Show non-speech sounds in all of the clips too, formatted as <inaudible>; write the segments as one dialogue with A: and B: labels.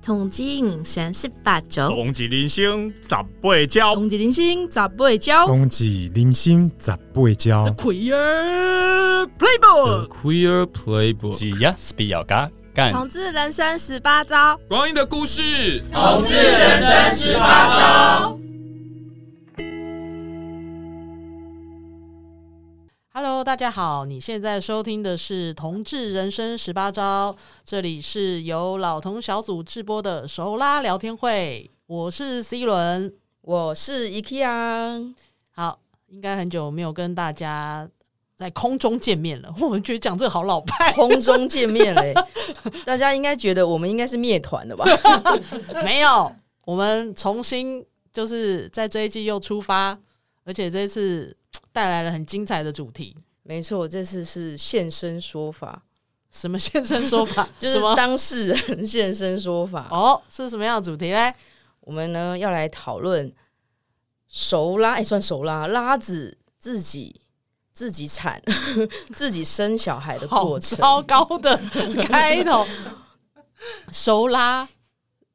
A: 统计人生十八招，
B: 同志人生十八招，
C: 同一人生十八招，
D: 冬季人生十八招，
C: Queer Playbook，
E: Queer Playbook，
F: 只要是比较嘎干，
A: 统治人生十八招。
E: 光阴的故事，
G: 同志人生十八招。
H: Hello，大家好，你现在收听的是《同志人生十八招》，这里是由老同小组制播的手拉聊天会，我是 C 轮。
C: 我是 IKEA，
H: 好，应该很久没有跟大家在空中见面了， <laughs> 我觉得讲这个好老
C: <laughs>
H: 派，
C: 空中见面
G: <laughs>
C: 嘞，大家应该觉得我们应该是灭团了吧？
H: 没有，我们重新就是在这一季又出发，而且这次带来了很精彩的主题，
C: 没错，这次是现身说法，
H: 什么现身说法，
C: <laughs> 就是
H: 什么
C: 当事人现身说法。
H: 哦，是什么样的主题嘞？
C: 我们呢要来讨论手拉，哎、算手拉拉子自己自己产、 <laughs> 自己生小孩的
H: 好
C: 过程。
H: 糟糕的开 <laughs> 头，手拉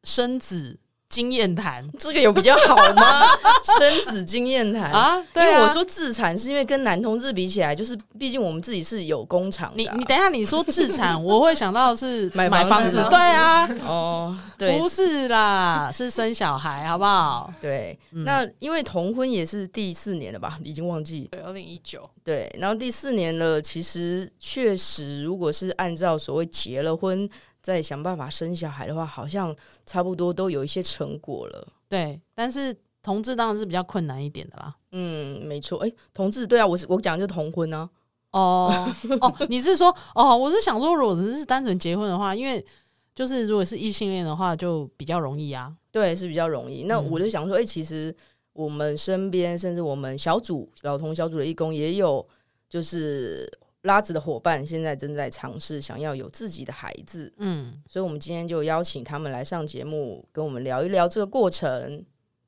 H: 生子经验谈
C: 这个有比较好吗？ <laughs> 生子经验谈
H: 啊！
C: 因
H: 对
C: 为
H: 啊，
C: 我说自产是因为跟男同志比起来，就是毕竟我们自己是有工厂
H: 你
C: 的啊、
H: 你等一下你说自产，我会想到是
C: 买
H: 买
C: 房
H: 房
C: 子
H: 子
C: 吗，
H: <laughs> 对啊，
C: 哦，对
H: 不是啦，是生小孩，好不好？
C: 对、
H: 嗯
C: 那因为同婚也是第四年了吧，已经忘记
G: 二零一九，
C: 对，然后第四年了，其实确实，如果是按照所谓结了婚再想办法生小孩的话，好像差不多都有一些成果了。
H: 对，但是同志当然是比较困难一点的啦。
C: 嗯，没错，哎，同志，对啊，我是我讲的就是同婚啊，
H: <laughs> 哦哦，你是说哦？我是想说，如果只是单纯结婚的话，因为就是如果是异性恋的话，就比较容易啊。
C: 对，是比较容易。那
H: 嗯
C: 我就想说，哎、其实我们身边，甚至我们小组老同小组的义工，也有就是拉子的伙伴，现在正在尝试想要有自己的孩子，
H: 嗯，
C: 所以我们今天就邀请他们来上节目，跟我们聊一聊这个过程。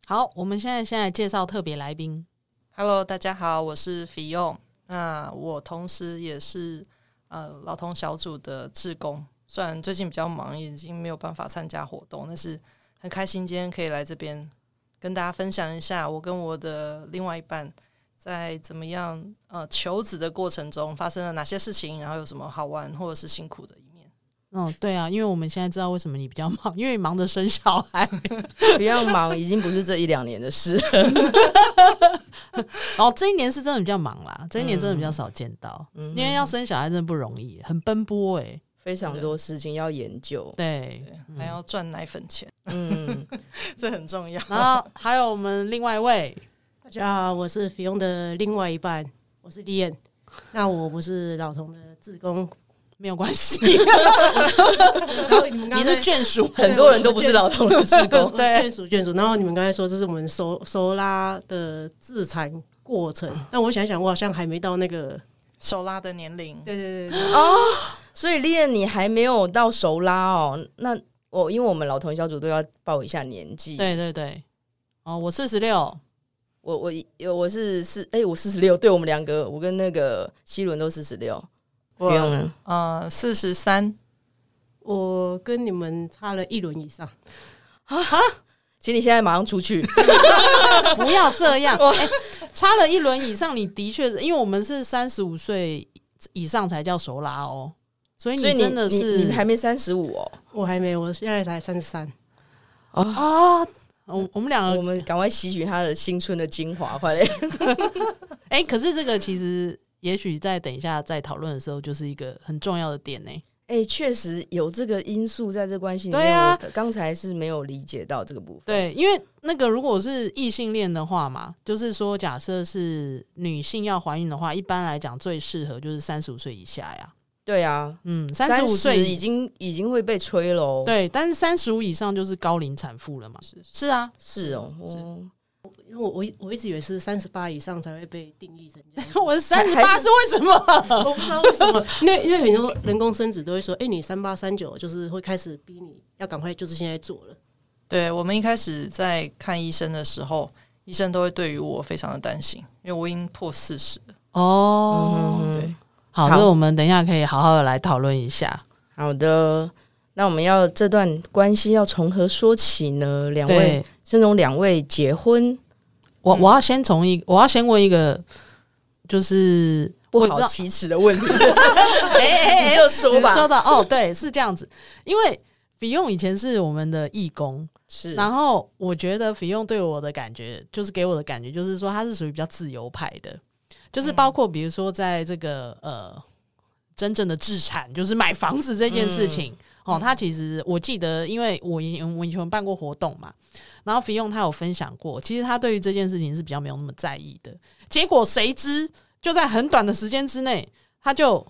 H: 好，我们现在现在介绍特别来宾。
G: Hello，大家好，我是 Fion。那我同时也是呃老童小组的志工，虽然最近比较忙，已经没有办法参加活动，但是很开心今天可以来这边跟大家分享一下我跟我的另外一半在怎么样呃求子的过程中发生了哪些事情，然后有什么好玩或者是辛苦的一面。
H: 嗯，对啊，因为我们现在知道为什么你比较忙，因为你忙着生小孩，
C: <laughs> 不要忙，已经不是这一两年的事。
H: <laughs> 然后这一年是真的比较忙啦，这一年真的比较少见到，
C: 嗯
H: 因为要生小孩真的不容易，很奔波哎、
C: 非常多事情要研究，
H: 对，
G: 对，还要赚奶粉钱，
C: 嗯，
G: 这很重要。
H: 然后还有我们另外一位，
I: 大家好，啊我是菲佣的另外一半，我是丽燕。那我不是老童的志工，
H: 没有关
C: <laughs>
H: 系，
I: 然后你们刚
H: 你
I: 才
H: 是眷 <laughs> 属，
C: 很多人都不是老同的职
H: <laughs>
I: <laughs>
C: 工，
I: 眷属眷属。然后你们刚才说这是我们收收拉的自产过程，但我想想，我好像还没到那个，
G: 手拉的年龄，
I: 对对对，
H: 哦
C: 所以练你还没有到熟拉哦。那我、因为我们老同小组都要报一下年纪，
H: 对对对，哦，我四十六，
C: 我我我是四哎、我四十六，对我们两个，我跟那个西伦都四十六，不用
G: 我
C: 了。
G: 呃四十三，
I: 我跟你们差了一轮以上，
C: 请你现在马上出
H: <laughs>
C: 去，
H: 不要这
C: <laughs>
H: 样，哎差了一轮以上，你的确是，因为我们是三十五岁以上才叫熟拉哦，所以你
C: 所以你
H: 真的是
C: 你你还没三十五哦。
I: 我还没，我现在才三十三。
H: 啊，我我们两
C: 我
H: 个
C: 们赶快吸取他的青春的精华，快点！
H: 哎、可是这个其实也许在等一下再讨论的时候，就是一个很重要的点呢、
C: 哎、确实有这个因素在这关系里面。
H: 对啊
C: 我刚才是没有理解到这个部分。
H: 对，因为那个如果是异性恋的话嘛，就是说假设是女性要怀孕的话，一般来讲最适合就是三十五岁以下呀。
C: 对啊，
H: 嗯，三
C: 三
H: 十
C: 十
H: 五岁
C: 已经已经会被吹了哦。
H: 对，但是三十五以上就是高龄产妇
C: <laughs>
H: 了嘛。
G: 是是
H: 是啊，
C: 是哦，
G: 是
C: 哦
I: 因为我我一我一直以为是三十八以上才会被定义成这样
H: 我是三十八
C: 还
H: 是为什么？
C: <laughs>
I: <laughs> 我不知道为什么，因为因为很多人工生殖都会说，哎、你三八三九就是会开始逼你要赶快，就是现在做了。
G: 对我们一开始在看医生的时候，医生都会对于我非常的担心，因为我已经破四十了。
H: 哦，
C: 嗯，
G: 对，
H: 好，
C: 好
H: 那我们等一下可以好好的来讨论一下。
C: 好的。那我们要这段关系要从何说起呢？两位，嗯
H: 对，
C: 先从两位结婚
H: 我我要先从一，我要先问一个，就是
C: 不
H: 我也
C: 好
H: 知道
C: 启齿的问
H: <laughs>
C: 题， <laughs> 哎，你就说吧，
H: 说到哦，对，是这样子，因为 Beyond 以前是我们的义工，
C: 是
H: 然后我觉得 Beyond 对我的感觉，就是给我的感觉，就是说他是属于比较自由派的，就是包括比如说在这个呃真正的自产，就是买房子这件事情。哦，他其实我记得，因为我以我以前办过活动嘛，然后 Fion 他有分享过，其实他对于这件事情是比较没有那么在意的。结果谁知就在很短的时间之内，他就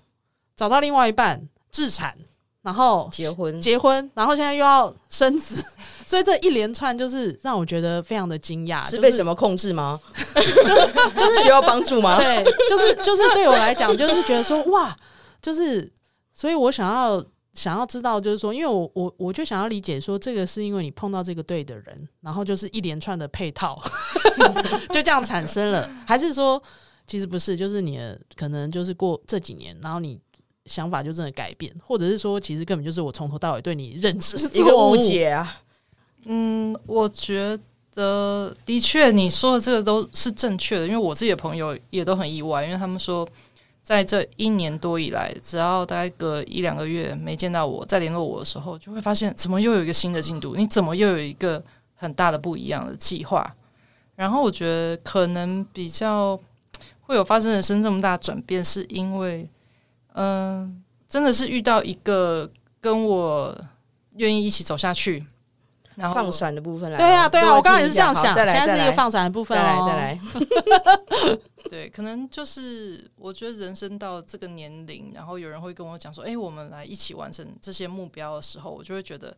H: 找到另外一半自产，然后
C: 结婚，
H: 结婚，然后现在又要生子，所以这一连串就是让我觉得非常的惊讶，
C: 是啊被
H: 么？
C: 什么控制
H: <laughs>
C: 吗？就是需要帮助吗？
H: 对，就是就是对我来讲，就是觉得说哇，就是所以我想要想要知道，就是说，因为我我我就想要理解说，这个是因为你碰到这个对的人，然后就是一连串的配套 <laughs> 就这样产生了，还是说其实不是，就是你的可能就是过这几年，然后你。想法就真的改变，或者是说，其实根本就是我从头到尾对你认知是
C: 一个
H: 错
C: 误
H: 误，
C: 解啊，
G: 嗯，我觉得的确你说的这个都是正确的，因为我自己的朋友也都很意外，因为他们说在这一年多以来，只要大概隔一两个月没见到我，再联络我的时候，就会发现怎么又有一个新的进度，你怎么又有一个很大的不一样的计划。然后我觉得可能比较会有发生人生这么大的转变，是因为嗯、真的是遇到一个跟我愿意一起走下去。然后
C: 放闪的部分来了。
H: 哦对啊，对啊，
C: 各位
H: 我刚刚
C: 听
H: 也
C: 一
H: 是这样
C: 下好
H: 想。
C: 再来，
H: 现在
C: 再
H: 是一
C: 来
H: 个，放闪的部分、
C: 再来，
H: 哦，
C: 再来。
G: 对，可能就是我觉得人生到这个年龄，然后有人会跟我讲说：“哎、我们来一起完成这些目标的时候，我就会觉得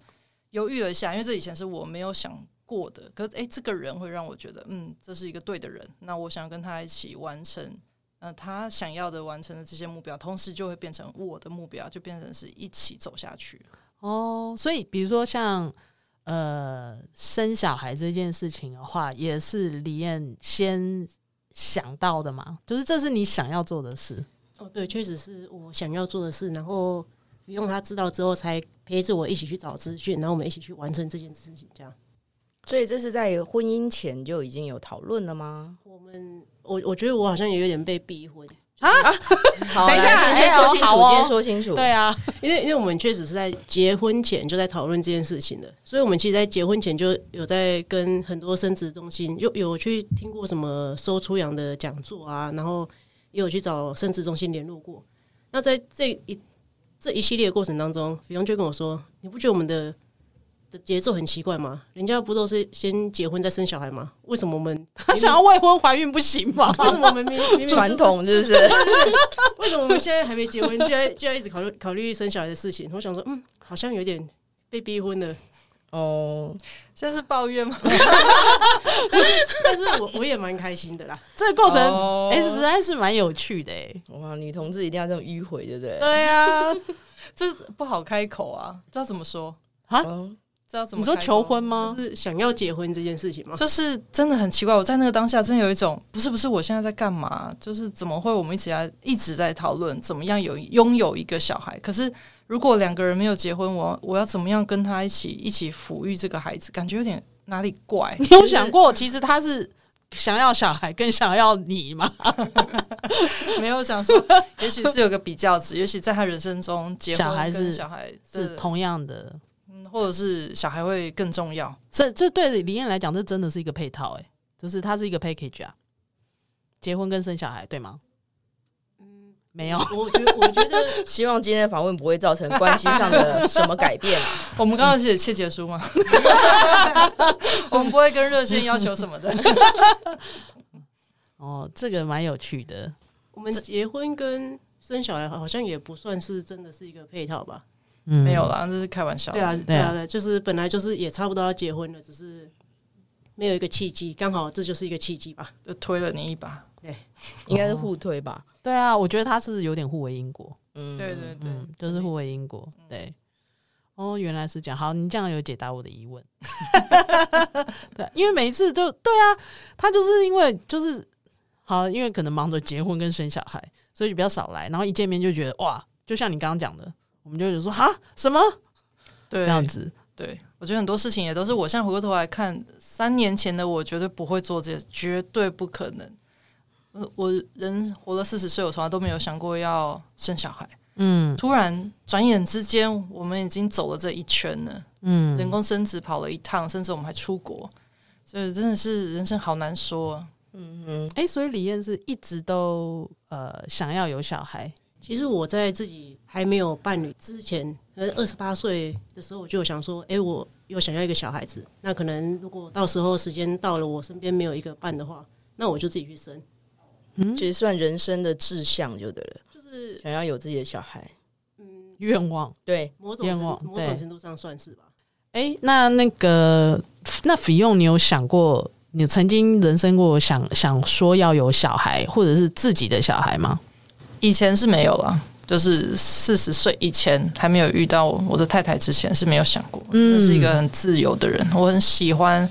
G: 犹豫了一下，因为这以前是我没有想过的。可是，哎、这个人会让我觉得，嗯，这是一个对的人。那我想跟他一起完成，呃，他想要的完成的这些目标，同时就会变成我的目标，就变成是一起走下去。
H: 哦，所以比如说像呃生小孩这件事情的话，也是李燕先想到的嘛，就是这是你想要做的事。
I: 哦，对，确实是我想要做的事，然后不用他知道之后，才陪着我一起去找资讯，然后我们一起去完成这件事情。这样，
C: 所以这是在婚姻前就已经有讨论了吗？
I: 我们我我觉得我好像也有点被逼婚，
C: 好，
H: 等一下
C: 来今天
H: 哎
C: 说
H: 哦
C: 清楚，
H: 好哦
C: 今天说清楚。
H: 对啊，
I: 因为因为我们确实是在结婚前就在讨论这件事情的，所以我们其实，在结婚前就有在跟很多生殖中心有有去听过什么收出养的讲座啊，然后也有去找生殖中心联络过。那在这一这一系列的过程当中，比方就跟我说：“你不觉得我们的的节奏很奇怪吗？人家不都是先结婚再生小孩吗？为什么我们
H: 他想要未婚怀孕不行吗？ <laughs>
I: 为什么我们明明明明
C: <laughs> 传
I: 就是
C: 统是不是？ <laughs>
I: 为什么我们现在还没结婚，就要就要一直考虑考虑生小孩的事情？我想说，嗯，好像有点被逼婚了。
C: 哦，
G: 现在是抱怨吗？
I: 但是我我也蛮开心的啦。
H: 这个过程
C: 哦
H: 哎、实在是蛮有趣的哎、
C: 哇，女同志一定要这种迂回，对不对？
H: 对啊，
G: 这不好开口啊，不知道怎么说，
C: 哦，
G: 知道怎么
H: 你说
G: 开
H: 求
G: 口
H: 婚
C: 啊
H: 吗？。
I: 是想要结婚这件事情吗？
G: <laughs> 就是真的很奇怪，我在那个当下真的有一种不是不是，我现在在干嘛？就是怎么会我们一直在一直在讨论怎么样有拥有一个小孩？可是如果两个人没有结婚，我我要怎么样跟他一起一起抚育这个孩子？感觉有点哪里怪 <laughs>
H: 你有想过，其实他是想要小孩，更想要你吗？
G: 没有想说，也许是有个比较值，也许在他人生中结婚
H: 小孩
G: 跟
H: 是
G: 小孩
H: 是
G: 的
H: 同样的，
G: 嗯或者是小孩会更重要。
H: 这这对李燕来讲，这真的是一个配套哎、就是它是一个 package 啊，结婚跟生小孩对吗？嗯，没有。
I: 我觉得我觉得
C: 希望今天的访问不会造成关系上的什么改变 <laughs> 啊。
G: 我们刚刚写切结书吗？ <laughs> 我们不会跟热线要求什么的。 <laughs>
H: 哦，这个蛮有趣的。
I: 我们结婚跟生小孩好像也不算是真的是一个配套吧？
H: 嗯
G: 没有啦，这是开玩笑的。
I: 对啊，
H: 对
I: 对
H: 啊
I: 啊，就是本来就是也差不多要结婚了，只是没有一个契机，刚好这就是一个契机吧。
G: 就推了你一把。
C: 应该是互推吧。
H: 对啊，我觉得他是有点互为因果，
C: 嗯，
G: 对对对，
H: 嗯，就是互为因果，对。哦，原来是这样。好，你这样有解答我的疑 <laughs> 问。对，因为每一次就对啊，他就是因为就是好，因为可能忙着结婚跟生小孩，所以就比较少来。然后一见面就觉得哇，就像你刚刚讲的，我们就有说哈什么
G: 对
H: 这样子。
G: 对，我觉得很多事情也都是我现在回过头来看，三年前的我绝对不会做这些，绝对不可能。呃我人活了四十岁，我从来都没有想过要生小孩。
H: 嗯
G: 突然转眼之间，我们已经走了这一圈了，
H: 嗯，
G: 人工生殖跑了一趟，甚至我们还出国，所以真的是人生好难说、啊。
C: 嗯嗯，
H: 哎、所以李燕是一直都呃想要有小孩，
I: 其实我在自己还没有伴侣之前，呃，二十八岁的时候，我就有想说，诶，我有想要一个小孩子。那可能如果到时候时间到了，我身边没有一个伴的话，那我就自己去生。
C: 其实算人生的志向就对了，
I: 就是
C: 想要有自己的小孩。
I: 嗯，
H: 愿望。
C: 对，
I: 某种
H: 愿
I: 程
H: 望
I: 某
H: 对
I: 种程度上算是吧。
H: 哎、那那个那费用，你有想过，你曾经人生过想想说要有小孩，或者是自己的小孩吗？
G: 以前是没有了，就是四十岁以前还没有遇到我的太太之前是没有想过，
H: 嗯
G: 我是一个很自由的人，我很喜欢，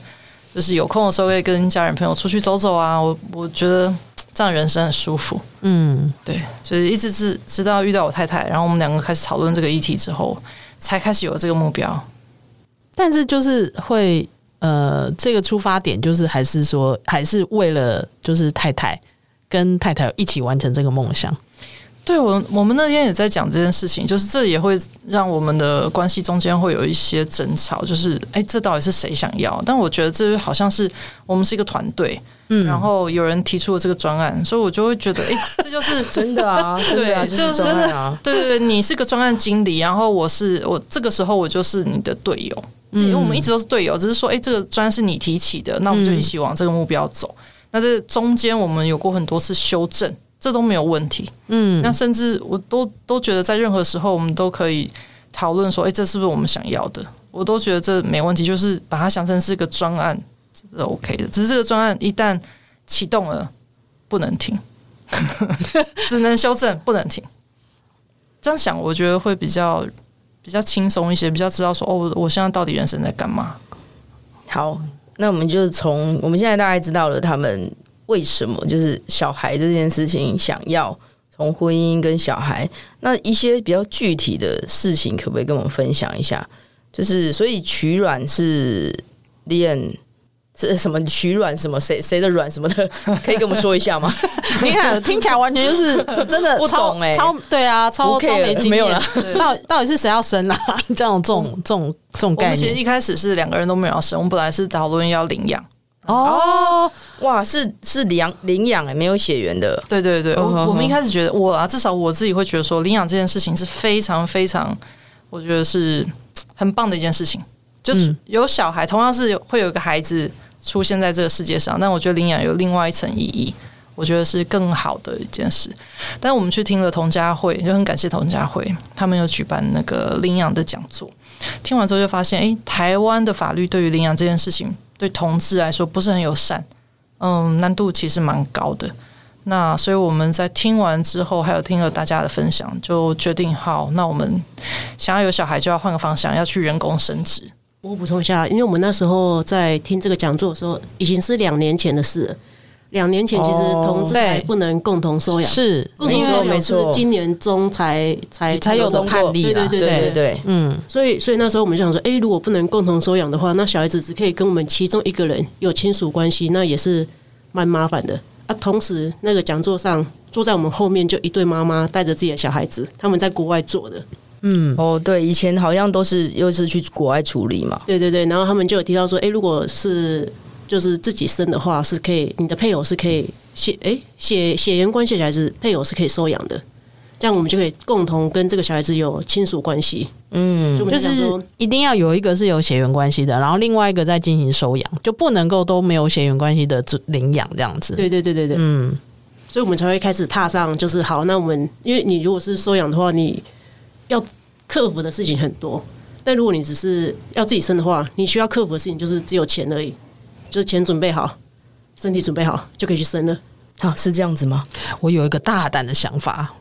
G: 就是有空的时候会跟家人朋友出去走走啊，我我觉得这样人生很舒服，
H: 嗯，
G: 对，就是一直直直到遇到我太太，然后我们两个开始讨论这个议题之后，才开始有这个目标。
H: 但是就是会呃，这个出发点就是还是说，还是为了就是太太跟太太一起完成这个梦想。
G: 对我，我们那天也在讲这件事情，就是这也会让我们的关系中间会有一些争吵，就是哎，这到底是谁想要？但我觉得这好像是我们是一个团队，
H: 嗯
G: 然后有人提出了这个专案，所以我就会觉得，哎，这就是
C: 真的啊， <laughs> 真的啊，
G: 对
C: 是
G: 就是
C: 真的啊，
G: 对对对，你是个专案经理，然后我是我这个时候我就是你的队友，因为我们一直都是队友，只是说，哎，这个专案是你提起的，那我们就一起往这个目标走。那这中间我们有过很多次修正，这都没有问题。
H: 嗯
G: 那甚至我都都觉得，在任何时候我们都可以讨论说，哎、这是不是我们想要的？我都觉得这没问题，就是把它想成是一个专案，这是 OK 的。只是这个专案一旦启动了，不能停，只能修正，不能停。这样想，我觉得会比较比较轻松一些，比较知道说，哦，我我现在到底人生在干嘛？
C: 好，那我们就从我们现在大概知道了他们为什么就是小孩这件事情想要从婚姻跟小孩，那一些比较具体的事情，可不可以跟我们分享一下？就是所以取卵是练是什么取卵什么谁谁的卵什么的，可以跟我们说一下 <laughs> 吗？
H: <laughs> 你看，听起来完全就是真的
C: 不
H: 超
C: 懂欸
H: 超对啊，超
C: 不 care，
H: 超没经验。
C: 没有啦
G: 对
H: 到到底是谁要生啊？这种这种这种这种
G: 我
H: 概
G: 们其实
H: 念
G: 一开始是两个人都没有要生，我们本来是讨论要领养。
H: 哦，
C: 哇，是是领领养哎，没有血缘的，
G: 对对对，
C: 嗯哼
G: 我我
C: 哼
G: 们一开始觉得我啊，至少我自己会觉得说，领养这件事情是非常非常，我觉得是很棒的一件事情。就是
H: 嗯
G: 有小孩，同样是会有一个孩子出现在这个世界上，但我觉得领养有另外一层意义，我觉得是更好的一件事。但我们去听了童家慧，就很感谢童家慧，他们有举办那个领养的讲座。听完之后就发现，诶，台湾的法律对于领养这件事情，对同志来说不是很友善，嗯，难度其实蛮高的。那所以我们在听完之后，还有听了大家的分享，就决定好，那我们想要有小孩就要换个方向，要去人工生殖。
I: 我补充一下，因为我们那时候在听这个讲座的时候，已经是两年前的事了。两年前其实
C: 哦
I: 同志还
H: 对
I: 不能共同收养，
H: 是
I: 共
C: 没
I: 同
C: 错
I: 收
C: 没
I: 养是
C: 错
I: 今年中才才
H: 才有的
I: 通过
H: 判例啦
I: 对对
C: 对
I: 对
C: 对对，
H: 嗯，
I: 所以所以那时候我们就想说，诶，如果不能共同收养的话，那小孩子只可以跟我们其中一个人有亲属关系，那也是蛮麻烦的啊。同时，那个讲座上坐在我们后面就一对妈妈带着自己的小孩子，他们在国外做的，
C: 哦对，以前好像都是又是去国外处理嘛，
I: 对对对，然后他们就有提到说，诶，如果是就是自己生的话，是可以你的配偶是可以血诶血血缘关系的小孩子配偶是可以收养的，这样我们就可以共同跟这个小孩子有亲属关系。
C: 嗯
I: 所以我
H: 就
I: 们想说
H: 是一定要有一个是有血缘关系的，然后另外一个再进行收养，就不能够都没有血缘关系的领养这样子。
I: 对对对对对，
H: 嗯，
I: 所以我们才会开始踏上，就是好，那我们因为你如果是收养的话，你要克服的事情很多，但如果你只是要自己生的话，你需要克服的事情就是只有钱而已，就是钱准备好，身体准备好就可以去生了。
C: 啊是这样子吗？
H: 我有一个大胆的想法，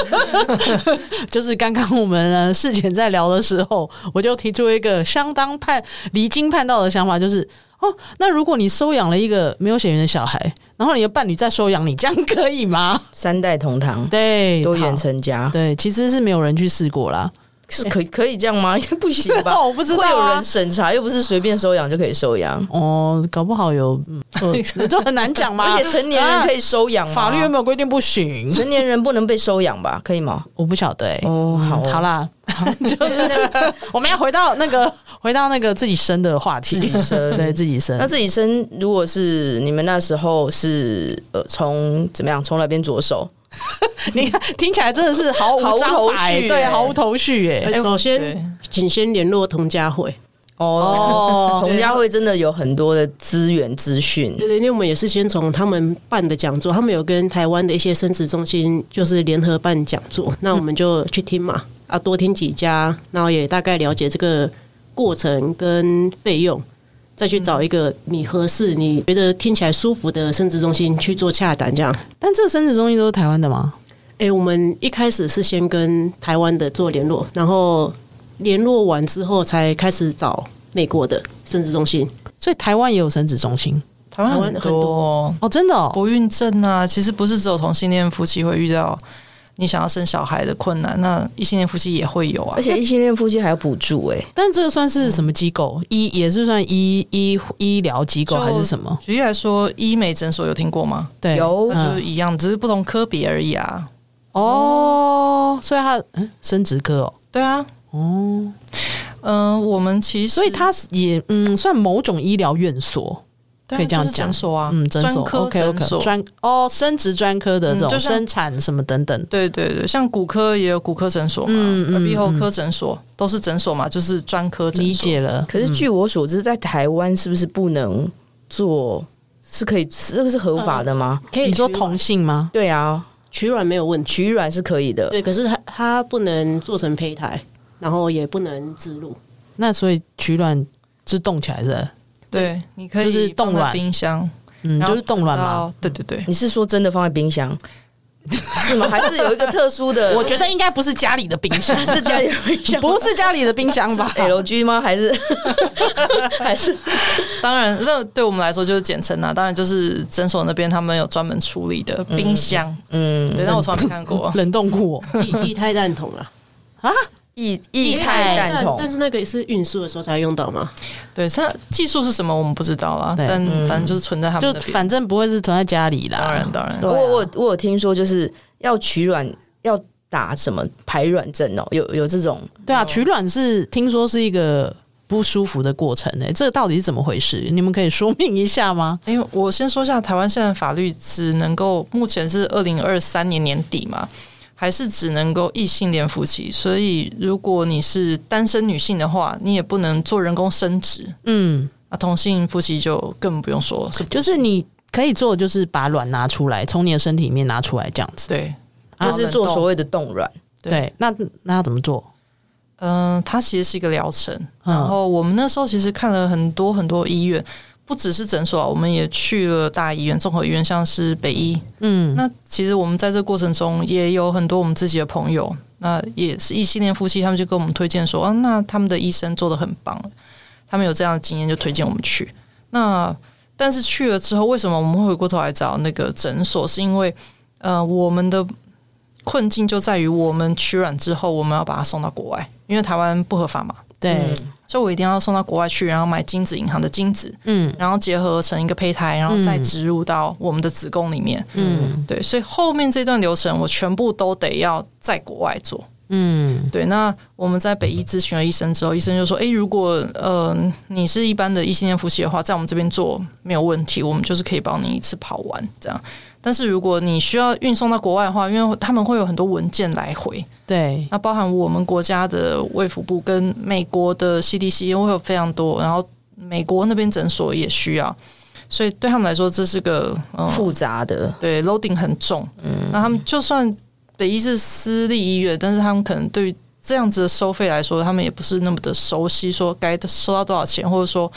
H: <laughs> 就是刚刚我们呃事前在聊的时候，我就提出一个相当叛离经叛道的想法，就是哦，那如果你收养了一个没有血缘的小孩，然后你的伴侣再收养你，这样可
C: <laughs>
H: 以吗？
C: 三代同堂，
H: 对，
C: 多
H: 好
C: 元成家，
H: 对，其实是没有人去试过啦。
C: 是可可以这样吗？应 <laughs> 该不行吧？
H: 哦 <laughs> ，我不知
C: 会
H: 道
C: 有
H: 啊
C: 人。审查，又不是随便收养就可以收养，
H: 哦，搞不好有，
C: <laughs>
H: 嗯，就很难讲嘛。
C: 而且成年人可
H: 以，
C: 以收养吗？
H: 啊法律有没有规定
C: <laughs>
H: 不行？
C: 成年人不能被收养吧？可以吗？
H: 我不晓得欸
C: 哦
H: 嗯
C: 好哦
H: 好
C: <laughs>
H: 啦，就是那个我们要回到那个回到那个自己生的话题，
C: 自己生
H: 对自己生
C: 那。自己生，如果是你们那时候是呃，从怎么样，从哪边着手？
H: 你看，听起来真的是毫
C: 毫
H: 无
C: 无
H: 章
C: 头
H: 法欸，
C: 绪
H: 对，
C: 欸
H: 毫无头绪哎。
I: 首
G: 对
I: 先，请先联络童家慧。
C: <laughs> 哦，童
H: 啊
C: 家慧真的有很多的资源资讯，
I: 对对，因为我们也是先从他们办的讲座，他们有跟台湾的一些生殖中心就是联合办讲座，那我们就去听嘛，啊，多听几家，然后也大概了解这个过程跟费用，再去找一个你合适、你觉得听起来舒服的生殖中心去做洽谈，这样。
H: 但这个生殖中心都是台湾的吗？
I: 诶，我们一开始是先跟台湾的做联络，然后联络完之后才开始找美国的生殖中心。
H: 所以台湾也有生殖中心
G: 台湾
I: 湾
G: 很
I: 很
G: 多哦
H: 哦，真的哦。
G: 不孕症啊，其实不是只有同性恋夫妻会遇到你想要生小孩的困难，那异性恋夫妻也会有啊
C: 而。且异性恋夫妻还有补助哎、
H: 但这个算是什么机构？
C: 嗯
H: 医也是算医医医疗机构
G: 就
H: 还是什么？
G: 举例来说，医美诊所有听过吗？
H: 对，嗯
C: 有
G: 那就是一样，只是不同科别而已啊。
H: 哦，所以他嗯，生殖科哦，
G: 对啊，
H: 哦，
G: 嗯、我们其实
H: 所以他也嗯算某种医疗院所，
G: 对啊
H: 可以这样
G: 就是
H: 讲
G: 诊所啊，
H: 嗯，诊所
G: 专科
H: OK
G: 诊
H: OK
G: 所。
H: 专哦生殖专科
G: 嗯
H: 的这种
G: 就像
H: 生产什么等等，
G: 对对对，像骨科也有骨科诊所嘛，
H: 嗯嗯
G: 耳鼻喉
H: 嗯
G: 科诊所都是诊所嘛，就是专科诊所。
H: 理解了。
C: 可是据我所知，在台湾是不是不能做？是可以，这个是合法的吗？
I: 可以
H: 你说
I: 取
H: 同性吗？
C: 对啊，
I: 取卵没有问题。
C: 取卵是可以的。
I: 对，可是它它不能做成胚胎，然后也不能植 <laughs> 入。
H: 那所以取卵是冻起来的，
G: 对，你可以
H: 就是冻
G: 放在
H: 卵
G: 冰箱，
H: 嗯，
G: 然后
H: 就是冻卵嘛。
G: 到？对对对，
C: 你是说真的放在冰
H: <laughs>
C: 箱是吗？还是有一个特殊的？
H: 我觉得应该不是家里的冰箱，
C: 是家里的冰箱吗，
H: 不是家里的冰箱吧。
C: 是 LG 吗？还是 <laughs> 还是
G: 当然，那对我们来说就是简称啊。当然，就是诊所那边他们有专门处理的冰箱，
C: 嗯
G: 对，但我从来没看过
H: <laughs> 冷冻库哦
I: 液液态蛋筒啦，啊
C: 液液态蛋
I: 但
C: 筒？
I: 是那个也是运输的时候才用到嘛。
G: 对，它技术是什么我们不知道啦，
H: 对嗯
G: 但反正就是存在他
H: 就
G: 们那边。
H: 反正不会是囤在家里啦。
G: 当然，当然，
C: 我
H: 啊
C: 我有我有听说，就是要取卵要打什么排卵针哦，有有这种
H: 对
G: 哦
H: 啊，取卵是听说是一个不舒服的过程诶、这个到底是怎么回事？你们可以说明一下吗？
G: 因为我先说一下，台湾现在的法律只能够目前是二零二三年年底嘛，还是只能够异性恋夫妻，所以如果你是单身女性的话，你也不能做人工生殖。
H: 嗯，
G: 啊，同性夫妻就更不用说了，是不
H: 就是你可以做，就是把卵拿出来，从你的身体里面拿出来这样子。
G: 对，
H: 啊
C: 就是做所谓的冻卵。
G: 对
H: 对，那那要怎么做？
G: 嗯、它其实是一个疗程。
H: 嗯
G: 然后我们那时候其实看了很多很多医院，不只是诊所啊，我们也去了大医院、综合医院，像是北医。
H: 嗯，
G: 那其实我们在这过程中也有很多我们自己的朋友，那也是异性恋夫妻，他们就跟我们推荐说，啊，那他们的医生做的很棒，他们有这样的经验就推荐我们去。那但是去了之后，为什么我们会回过头来找那个诊所？是因为呃，我们的困境就在于我们取卵之后，我们要把它送到国外，因为台湾不合法嘛，
H: 对，
G: 所以我一定要送到国外去，然后买精子银行的精子，
H: 嗯
G: 然后结合成一个胚胎，然后再
H: 嗯
G: 植入到我们的子宫里面。
H: 嗯
G: 对，所以后面这段流程我全部都得要在国外做。
H: 嗯
G: 对，那我们在北医咨询了医生之后，医生就说：“诶，如果呃你是一般的异性恋夫妻的话，在我们这边做没有问题，我们就是可以帮你一次跑完这样。但是如果你需要运送到国外的话，因为他们会有很多文件来回，
H: 对，
G: 那包含我们国家的卫福部跟美国的 CDC 因为会有非常多，然后美国那边诊所也需要，所以对他们来说这是个嗯。
C: 复杂的，
G: 对，loading 很重。那他们就算北医是私立医院，但是他们可能对于这样子的收费来说，他们也不是那么的熟悉，说该收到多少钱，或者说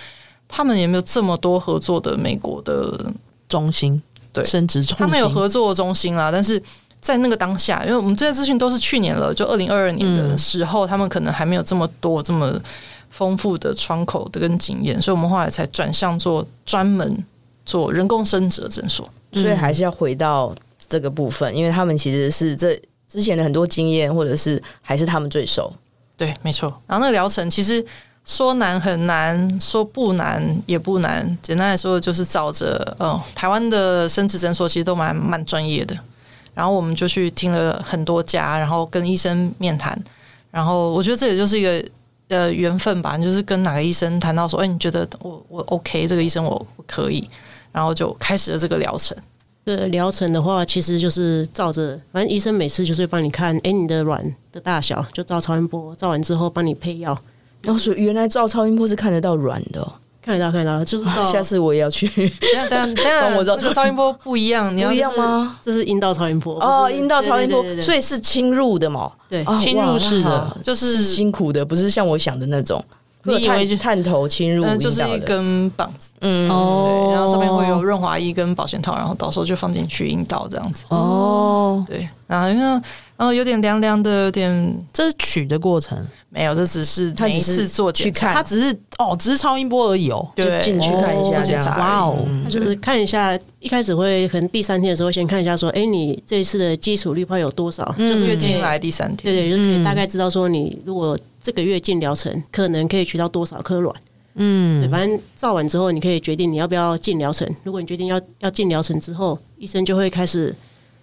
G: 他们也没有这么多合作的美国的，
H: 中心
G: 对
H: 生殖中心，
G: 他们有合作的中心啦，但是。在那个当下，因为我们这些资讯都是去年了，就二零二二年的时候，他们可能还没有这么多这么丰富的窗口的跟经验，所以我们后来才转向做专门做人工生殖的诊所。
C: 所
H: 嗯
C: 以还是要回到这个部分，因为他们其实是这之前的很多经验，或者是还是他们最熟。
G: 对，没错。然后那个疗程其实说难很难，说不难也不难。简单来说，就是照着呃台湾的生殖诊所其实都蛮蛮专业的。然后我们就去听了很多家，然后跟医生面谈。然后我觉得这也就是一个呃缘分吧，你就是跟哪个医生谈到说，哎，你觉得我我 OK，这个医生我我可以，然后就开始了这个
C: <laughs>
G: 疗程。
I: 这个疗程的话，其实就是照着，反哦正医生每次就是会帮你看，哎，你的卵的大小，就照超音波，照完之后帮你配药，
C: 然后说原来照超音波是看得到软的、哦，
I: 看得到看得到，就是
H: 哦
C: <laughs>
I: 照，
C: 下次我也要
H: <laughs>
C: 去，
G: 等一下等一下等一下，
C: 帮我照
G: 这
C: <laughs>
G: 个超音波不一样，你要
C: 不一样
G: 就是
C: 吗？
I: 这是阴道超音波
C: 哦，阴道超音波，所
I: 以
C: 以是侵入的嘛？
I: 对
C: 啊
H: 侵入式的
C: 哇那好
G: 就是
C: 是辛苦的，不是像我想的那种。
H: 你以为就
C: 会有探探头侵入
G: 但
C: 阴
G: 就是
C: 道
G: 一
C: 的，
G: 根棒子，
C: 嗯
H: 哦
G: 对，然后上面会
C: 哦
G: 有润滑液跟保险套，然后到时候就放进去阴道这样
C: 哦
G: 子。
H: 哦，
G: 对，然后因为然后有点凉凉的，有点
H: 这是取的过程，
G: 没有，这只是
C: 他
G: 每一
C: 只
G: 次
C: 是
G: 做
C: 去
G: 检查，
C: 看，
H: 它只是哦，只是超音波而已哦。
C: 就
G: 啊对，
C: 进去看一
G: 做
C: 下这
G: 检
C: 样。
G: 查。
H: 哇哦
C: 嗯
I: 就是看一下，一开始会可能第三天的时候先看一下，说，哎，你这一次的基础滤泡有多少？
C: 嗯
G: 就是月经来第三
I: 对
G: 天，
I: 对，就是可以大概知道说，你如果这个月进疗程，可能可以取到多少颗卵。对，
H: 嗯，
I: 反正照完之后，你可以决定你要不要进疗程。如果你决定要要进疗程之后，医生就会开始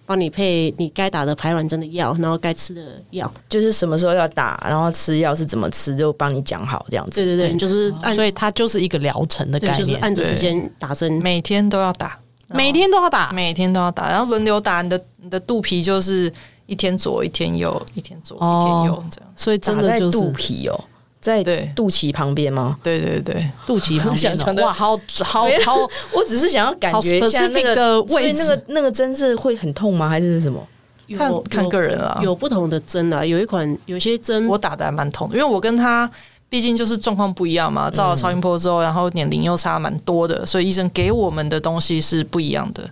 I: 帮你配你该打的排卵针的药，然后该吃的药。
C: 就是什么时候要打，然后吃药是怎么吃，就帮你讲好这样子。
I: 对对对，
H: 对哦
I: 你就是按
H: 所以它就是一个疗程的
I: 对，
H: 概
I: 就是
H: 念，嗯
I: 按着时间打针。
G: 每天都要打，然后
H: 每天都要打。
G: 每天都要打，然后轮流打。你的你的肚皮就是一天左一天右，一天左一天
C: 哦
G: 右这样。
H: 所以真的
C: 打在
H: 就是
C: 肚皮哦，在
G: 对
C: 肚脐旁边吗？
G: 对对对，
H: 肚
G: <laughs>
H: 脐旁边
C: 想象的
H: 哦，哇，好好好，
C: 我只是想要感
H: 好
C: 觉一下那
H: specific
C: 个
H: 的
C: 所以
H: 位
C: 那个
H: 置
C: 那个针是会很痛吗？还是什么？
I: 有
G: 看看个
I: 人
G: 人啊。
I: 有不同的针啊，有一款有些
H: 嗯
I: 针
G: 我打的还蛮痛的，因为我跟他毕竟就是状况不一样
H: 嗯
G: 嘛，照了超音波之后，然后年龄又差蛮多的，所以医生给我们的东西是不一样的。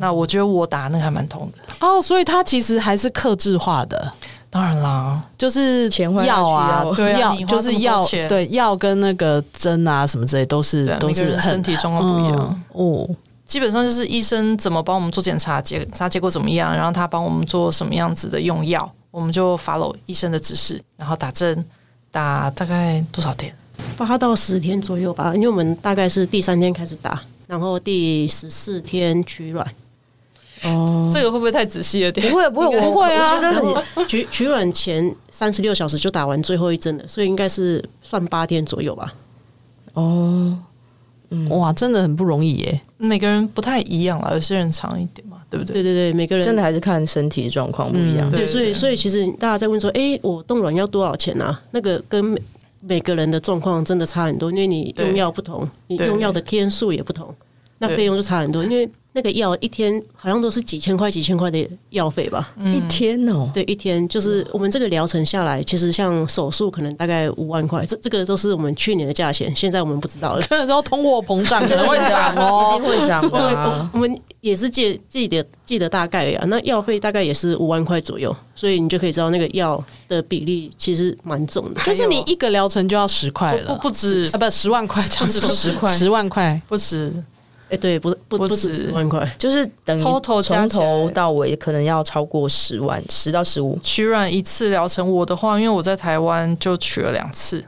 G: 那我觉得我打那个还蛮痛的，
H: 哦，所以它其实还是克制化的，
G: 当然啦，
H: 就是
C: 钱花下去
H: 药啊
C: 要，
G: 对啊
H: 药
G: 你花
H: 就是
G: 这么多
H: 药，
G: 钱
H: 对药跟那个针啊什么之类都是
G: 对啊，
H: 都
G: 每个
H: 是
G: 人
H: 很
G: 身体状况不一样。
H: 嗯哦，
G: 基本上就是医生怎么帮我们做检查，检查结果怎么样，然后他帮我们做什么样子的用药，我们就 follow 医生的指示，然后打针，打大概多少天？
I: 八到十天左右吧，因为我们大概是第三天开始打，然后第十四天取卵。
G: 这个会不会太仔细了点？
C: 不会不会，我
H: 嗯不会啊
C: 我觉得
I: 然后
C: 很
I: 取取卵前三十六小时就打完最后一针了，所以应该是算八天左右吧。
C: 哦，
H: 哇，真的很不容易耶。
G: 每个人不太一样啦，有些人长一点嘛，对不对？
I: 对对对，每个人
C: 真的还是看身体状况不一样。
G: 对
I: 对，所以所以其实大家在问说，诶，我冻卵要多少钱啊？那个跟每每个人的状况真的差很多，因为你
G: 对
I: 用药不同，你
G: 对
I: 用药的天数也不同，那
G: 对
I: 费用就差很多。因为那个药一天好像都是几千块、几千块的药费吧？
H: 嗯
C: 一天哦，
I: 对，一天就是我们这个疗程下来，其实像手术可能大概五万块，这这个都是我们去年的价钱，现在我们不知道了。
H: 可 <laughs> 能都通货膨胀，可能会涨
C: 一
H: 哦。
C: 定会长的啊。
I: 我们也是记记得记得大概啊，那药费大概也是五万块左右，所以你就可以知道那个药的比例其实蛮重的。
H: <laughs> 就是你一个疗程就要十块了，
G: 不不止
H: 啊，不十万块，这样子
G: 不止
H: 10十万块，
G: 不止，
I: 哎、对，不不
G: 不
I: 不
G: 止
I: 止十万块，
C: 就是等于从
G: Total 加起来
C: 头到尾可能要超过十万，十到十五。
G: 取卵一次疗程，我的话，因为我在台湾就取了两次，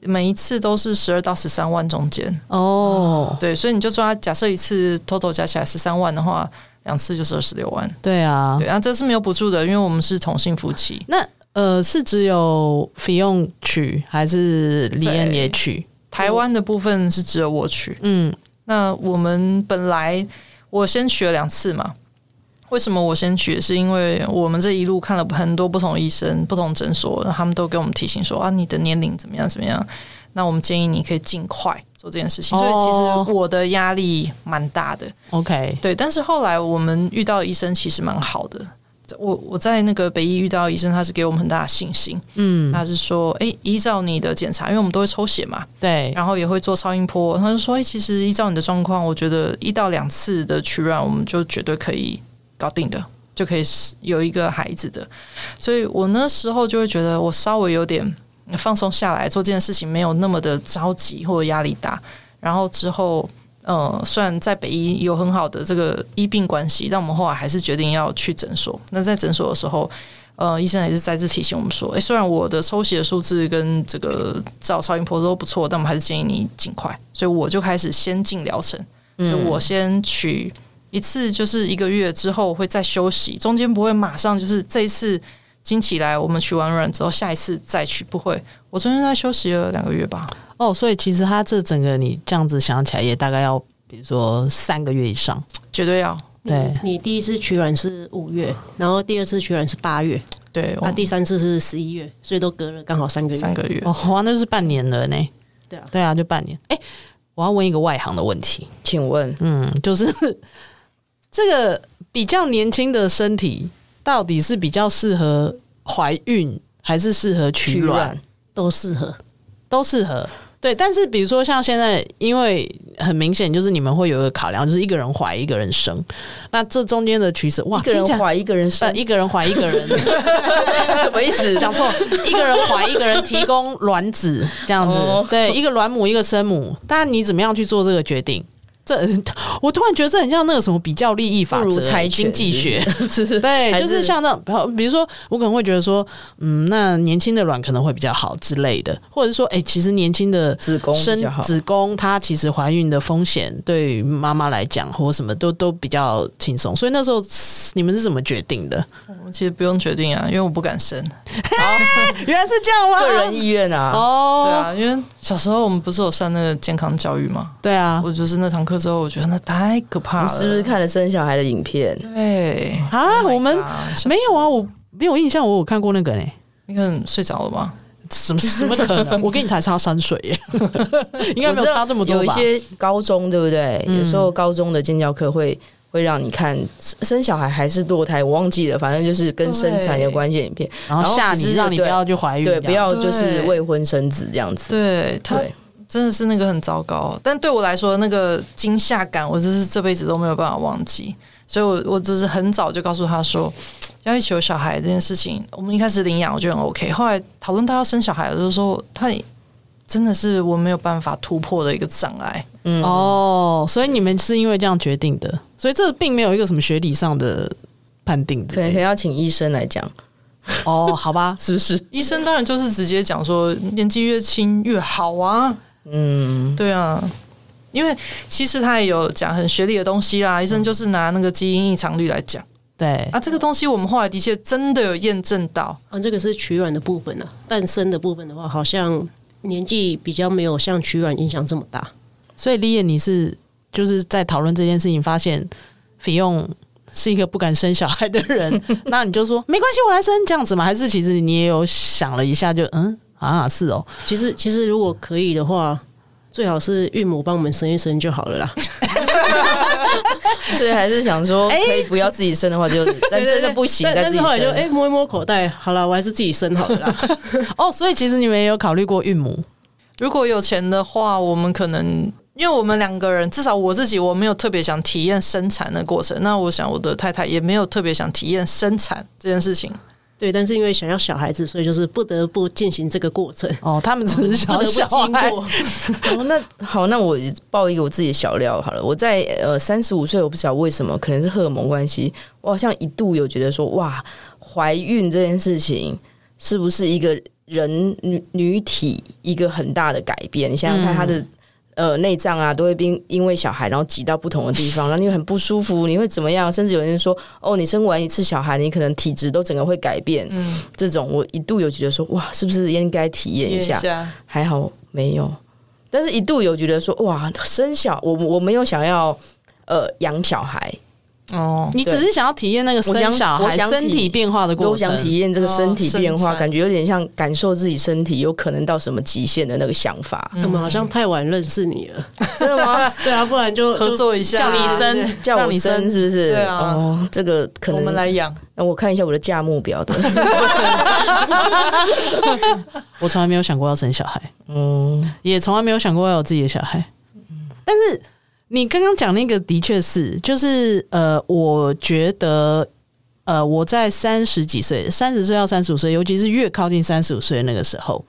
G: 每一次都是十二到十三万中间。
H: 哦，
G: 对，所以你就抓，假设一次 total 加起来十三万的话，两次就是二十六万。
H: 对啊
G: 对，，然后这是没有补助的，因为我们是同性夫妻。
H: 那呃是只有费用取还是李
G: 在
H: 恩也取？
G: 台湾的部分是只有我取，
H: 嗯，
G: 那我们本来我先取了两次嘛。为什么我先取？是因为我们这一路看了很多不同医生、不同诊所，然后他们都给我们提醒说啊，你的年龄怎么样怎么样。那我们建议你可以尽快做这件事情。所以
H: 哦
G: 其实我的压力蛮大的。
H: OK，
G: 对，但是后来我们遇到的医生其实蛮好的。我我在那个北医遇到的医生，他是给我们很大的信心。
H: 嗯，
G: 他是说，诶，依照你的检查，因为我们都会抽血嘛，
H: 对，
G: 然后也会做超音波。他就说，诶，哎其实依照你的状况，我觉得一到两次的取卵，我们就绝对可以搞定的，就可以有一个孩子的。所以我那时候就会觉得，我稍微有点呃放松下来，做这件事情没有那么的着急或者压力大。然后之后，呃，虽然在北医有很好的这个医病关系，但我们后来还是决定要去诊所。那在诊所的时候，呃，医生还是再次提醒我们说，诶，虽然我的抽血数字跟这个照超音波都不错，但我们还是建议你尽快。所以我就开始先进疗程，所以
H: 嗯
G: 我先取一次，就是一个月之后会再休息，中间不会马上就是这一次经期来，我们取完卵之后下一次再取，不会。我中间在休息了两个月吧，
H: 哦，所以其实他这整个你这样子想起来，也大概要比如说三个月以上。
G: 绝对要。
H: 对，
I: 你第一次取卵是五月，然后第二次取卵是八月，
G: 对，
H: 啊
G: 我
I: 那、第三次是十一月，所以都隔了刚好三个
G: 哦
I: 月。
G: 三个月。
H: 哦，哇，那就是半年了呢。
I: 对啊
H: 对啊，就半年。哎、我要问一个外行的问题，
C: 请问，
H: 嗯，就是 <laughs> 这个比较年轻的身体，到底是比较适合怀孕，还是适合取卵？
I: 都适合。
H: 都适合。对，但是比如说像现在，因为很明显就是你们会有一个考量，就是一个人怀一个人生，那这中间的取舍，哇，
C: 一个
H: 听起来
C: 人怀一个人
H: 呃
C: 生，
H: 一个人怀一个
C: <laughs>
H: 人，
C: 什么意思？
H: 讲错，一个人怀一个人提供卵子这样子，
C: 哦
H: 对，一个卵母一个生母，但你怎么样去做这个决定？这我突然觉得这很像那个什么比较利益法
C: 不如
H: 则、欸
C: 猜拳
H: 经济学，
C: <laughs> 是
H: <laughs>
C: 是
H: 对，
C: 还
H: 就是像那种，比如说，我可能会觉得说，嗯，那年轻的卵可能会比较好之类的，或者是说，哎、其实年轻的
C: 子宫
H: 生
C: 比较好。
H: 子宫，它其实怀孕的风险对于妈妈来讲或什么都都比较轻松，所以那时候你们是怎么决定的？
G: 我其实不用决定啊，因为我不敢生。
H: 原来是这样吗
C: 个人意愿啊，
H: 哦，
G: 对，啊，因为小时候我们不是有上那个健康教育吗？
H: 对啊，
G: 我就是那堂课之后，我觉得那太可怕
C: 你
G: 了。
C: 是不是？看了生小孩的影片？
G: 对
H: 啊，
C: Oh
H: 我们
G: 小
H: 没有啊，我没有印象，我有看过那个呢、
G: 你可能睡着
C: <laughs>
G: 了吧？
H: 怎么怎么可能？我跟你才差山水耶， <laughs> 应该没有差这么多吧？
C: 有一些高中对不对？
H: 嗯
C: 有时候高中的建教课会会让你看生生小孩还是堕胎，我忘记了，反正就是跟生产有关系的影片。
H: 然后吓
C: 然后其
H: 你，
C: 实
H: 让你不
C: 对
H: 要去怀孕，
C: 对，
H: 这
C: 不
H: 样
C: 要就是
G: 对
C: 未婚生子这样子。
G: 对他
C: 对，
G: 真的是那个很糟糕，但对我来说，那个惊吓感，我真是这辈子都没有办法忘记。所以我，我就是很早就告诉他说，要一起有小孩这件事情，我们一开始领养我觉得很 OK，后来讨论到要生小孩，我就说他真的是我没有办法突破的一个障碍。
C: 嗯，
H: 哦，所以你们是因为这样决定的，所以这并没有一个什么学理上的判定
C: 可能可
H: 的。
C: 能要请医生来讲，
H: <laughs> 哦，好吧，
C: <laughs> 是不是？
G: 医生当然就是直接讲说，年纪越轻越好啊，
C: 嗯，
G: 对啊，因为其实他也有讲很学历的东西啊啦，医生就是拿那个基因异常率来讲
H: 对，
G: 啊，这个东西我们后来的确真的有验证到，
I: 啊，这个是取卵的部分啊，诞生的部分的话，好像年纪比较没有像取卵影响这么大。
H: 所以李野，你是就是在讨论这件事情，发现菲用是一个不敢生小孩的
C: <laughs>
H: 人，那你就说没关系，我来生这样子嘛？还是其实你也有想了一下就，嗯啊，是哦，
I: 其实，其实如果可以的话，最好是孕母帮我们生一生就好了啦。
C: <laughs> 所以还是想说，可以不要自己生的话就， <laughs> 但真的不行，
I: 但
C: 再
I: 但
C: 自
I: 是
C: 己
I: 后来就哎、
C: 生。
I: 摸一摸口袋，好了，我还是自己生好了啦。
H: 哦，所以其实你们也有考虑过孕母，
G: 如果有钱的话，我们可能。因为我们两个人，至少我自己，我没有特别想体验生产的过程。那我想我的太太也没有特别想体验生产这件事情。
I: 对，但是因为想要小孩子，所以就是不得不进行这个过程，
H: 哦，他们只是想
I: 不
H: 要
I: 得
H: 小
I: 不经
H: 孩，
I: 过。
C: 哦那好，那我报一个我自己的小料好了。我在呃三十五岁，我不晓得为什么，可能是荷尔蒙关系，我好像一度有觉得说，哇，怀孕这件事情是不是一个人女女体一个很大的改变？你想想看，她的、呃内脏啊，都会因因为小孩然后挤到不同的地方，然后你会很不舒服，你会怎么样？甚至有人说，哦，你生完一次小孩，你可能体质都整个会改变。
G: 嗯，
C: 这种我一度有觉得说，哇，是不是应该体验一下？
G: 下，
C: 还好没有，但是一度有觉得说，哇，生小我我没有想要呃养小孩，
H: <laughs>
G: 哦，
H: 你只是想要体验那个
C: 我
H: 生
C: 想
H: 小
C: 我
H: 孩
C: 想体
H: 身体变化的过
C: 都
H: 程，
C: 想体验这个身体变
G: 哦
C: 化，
G: 生产
C: 感觉有点像感受自己身体有可能到什么极限的那个想法。
I: 我嗯们好像太晚认识你了，
C: 真的
G: <laughs>
C: 吗？
I: 对啊，不然就
G: 合
I: 就
G: 作一下，
H: 叫你生，
C: 啊叫
H: 让
C: 我
H: 你
C: 生是不是？
G: 对啊
C: 哦，这个可
G: 我
C: 能
G: 们来养。
C: 那我看一下我的价目表的。
H: 我从来没有想过要生小孩，
C: 嗯，
H: 也从来没有想过要有自己的小孩。但是你刚刚讲那个的确是，就是呃，我觉得呃，我在三十几岁、三十岁到三十五岁，尤其是越靠近三十五岁的那个时候，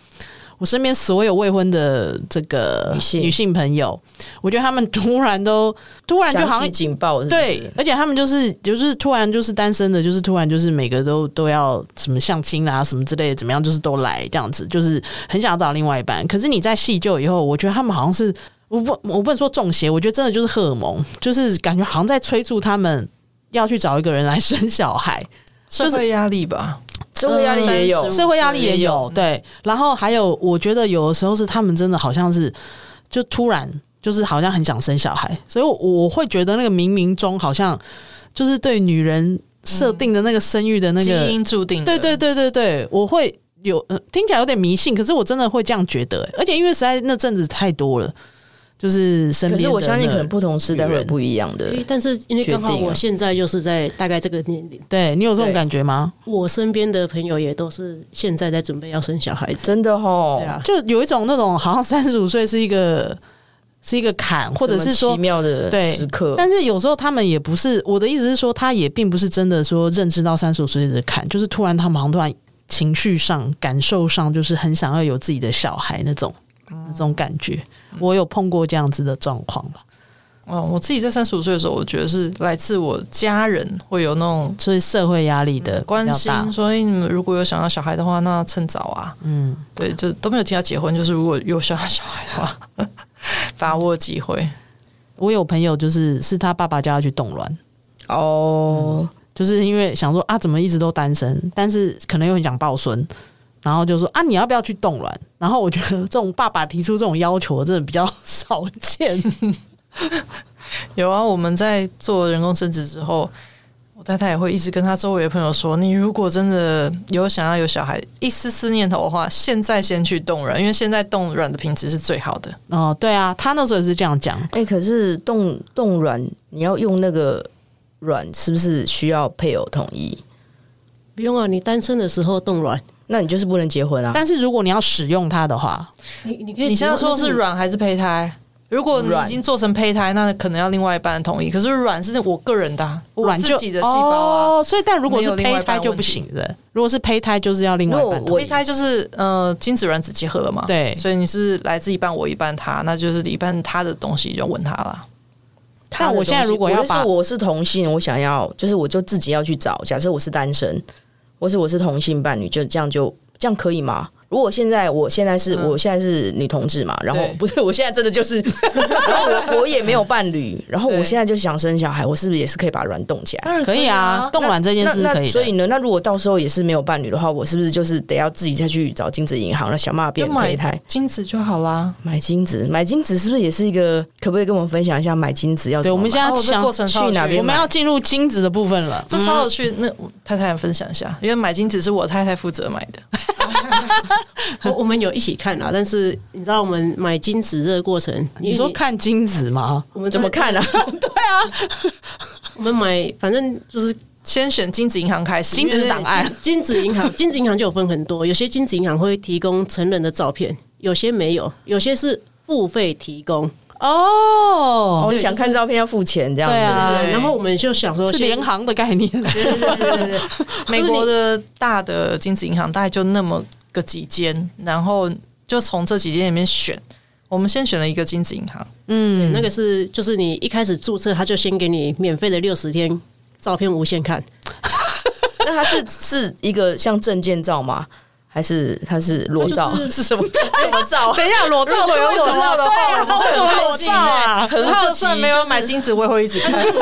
H: 我身边所有未婚的这个
C: 女性
H: 朋友，我觉得他们突然都突然就好
C: 响
H: 像
C: 起警报是不是
H: 对，而且他们就是就是突然就是单身的，就是突然就是每个都都要什么相亲啊啦、什么之类的，怎么样就是都来这样子，就是很想要找另外一半。可是你在细究以后，我觉得他们好像是我不我不能说中邪，我觉得真的就是荷尔蒙，就是感觉好像在催促他们要去找一个人来生小孩。
G: 社会压力吧，
C: 社会压力也有
G: 嗯，
H: 社会压力也有，对。然后还有，我觉得有的时候是他们真的好像是就突然就是好像很想生小孩，所以我我会觉得那个冥冥中好像就是对女人设定的那个生育的那个，
G: 基因注定的。
H: 对对对对对，我会有、呃、听起来有点迷信，可是我真的会这样觉得、欸而且因为实在那阵子太多了，就是身
C: 可
H: 边的
C: 是
H: 那，
C: 我相信可能不同时代会有
H: 人
C: 不一样的
I: 因为但是因为刚好
C: 决定啊
I: 嗯我现在就是在大概这个年龄，
H: 对你有这种
C: 对
H: 感觉吗？
I: 我身边的朋友也都是现在在准备要生小孩子。
C: 真的吼
I: 对，啊，
H: 就有一种那种好像三十五岁是一个是一个坎，或者
C: 什么
H: 是说
C: 奇妙的
H: 对
C: 时刻，
H: 但是有时候他们也不是我的意思是说，他也并不是真的说认知到三十五岁的坎，就是突然他们好像突然情绪上、感受上，就是很想要有自己的小孩那种、
G: 哦
H: 那种感觉。我有碰过这样子的状况吧，
G: 哦，我自己在三十五岁的时候，我觉得是来自我家人会有那种
H: 所以社会压力的比较
G: 关心
H: 大，
G: 所以你们如果有想要小孩的话，那趁早啊。
H: 嗯，
G: 对，就都没有提到结婚，就是如果有想要小孩的话，把握机会。
H: 我有朋友就是是他爸爸叫他去冻卵，
C: 哦，
H: 就是因为想说啊，怎么一直都单身，但是可能又很想抱孙，然后就说啊，你要不要去冻卵？然后我觉得这种爸爸提出这种要求真的比较 <laughs> 少见。
G: 有啊，我们在做人工生殖之后，我太太也会一直跟她周围的朋友说，你如果真的有想要有小孩一丝丝念头的话，现在先去冻卵，因为现在冻卵的品质是最好的。
H: 哦，对啊，他那时候也是这样讲，
C: 哎、可是冻冻卵你要用那个卵，是不是需要配偶同意？
I: 不用啊，你单身的时候冻卵，
C: 那你就是不能结婚啊？
H: 但是如果你要使用它的话，
I: 你你可以
G: 你现在
I: 使用
G: 说的是， <laughs> 卵还是胚胎？如果你
C: 卵
G: 已经做成胚胎，那可能要另外一半同意。可是卵是我个人的啊、我
H: 卵就
G: 自己的细胞啊。
H: 哦，所以但如果是
G: 没有另
H: 胚
G: 外一半
H: 胎
G: 的
H: 就不行的，如果是胚胎就是要另外一半
C: 如果
H: 同
C: 我
H: 意
G: 胚胎就是呃精子卵子结合了嘛，
H: 对
G: 所以你是来自一半我一半他，那就是一半他的东西就问他了。
C: 他的
H: 但我现在
C: 东西
H: 如果要
C: 我是
H: 把
C: 说我是同性，我想要就是我就自己要去找。假设我是单身，或是我是同性伴侣，就这样就这样可以吗？如果我现在我现在是、
G: 嗯
C: 我现在是女同志嘛，然后
G: 对
C: 不是我现在真的
H: <laughs>
C: 就是，然后我我也没有伴侣，然后
G: 对
C: 我现在就想生小孩，我是不是也是可以把卵冻起来？
G: 当然
H: 可以啊，冻卵这件事是
C: 那
H: 可
C: 那
H: 以
C: 所以
H: 的。
C: 呢，那如果到时候也是没有伴侣的话，我是不是就是得要自己再去找精子银行，然后想办法
G: 就
C: 变
G: 买
C: 胚胎？
G: 精子就好啦。
C: 买精子，买精子是不是也是一个？可不可以跟我们分享一下买精子要怎
H: 对，
C: 么
H: 我们现
C: 买
H: 在
G: 哦这
H: 想
G: 过程超有
C: 去哪
G: 趣
C: 边
H: 我们
C: 买
H: 要进入精子的部分了。
G: 这超有趣，那我太太分享一下，因为买精子是我太太负责买的。
I: 我我们有一起看啊，但是你知道我们买精子这个过程，
H: 你说
I: 因为
H: 看精子吗？
I: 我们
C: 怎么看啊？
I: 我们买，反正就是
G: 先选精子银行开始，
H: 精子
G: 因为
H: 档案，
I: 金子银行， <laughs> 金子银行就有分很多，有些金子银行会提供成人的照片，有些没有，有些是付费提供。
C: <laughs>
H: 哦，
C: 哦，你想看照片要付钱这样
H: 对
C: 子。
H: 啊，
I: 然后我们就想说
H: 是
I: 先
H: 联行的概念，
I: 嗯
G: 美国的大的精子银行大概就那么个几间，然后就从这几间里面选。我们先选了一个精子银行，
H: 嗯，
I: 那个是就是你一开始注册，他就先给你免费的六十天照片无限看，
C: 那它是是一个像证件照吗？还是它是裸照？
I: 它就是
C: 什么什么照？
H: 等一下裸照
C: 如
G: 啊
C: 果有裸照的话，我是很
H: 对啊
C: 好奇欸，很好
G: 就
C: 奇，
G: 算没有买精子，我也会一直看
C: 就是，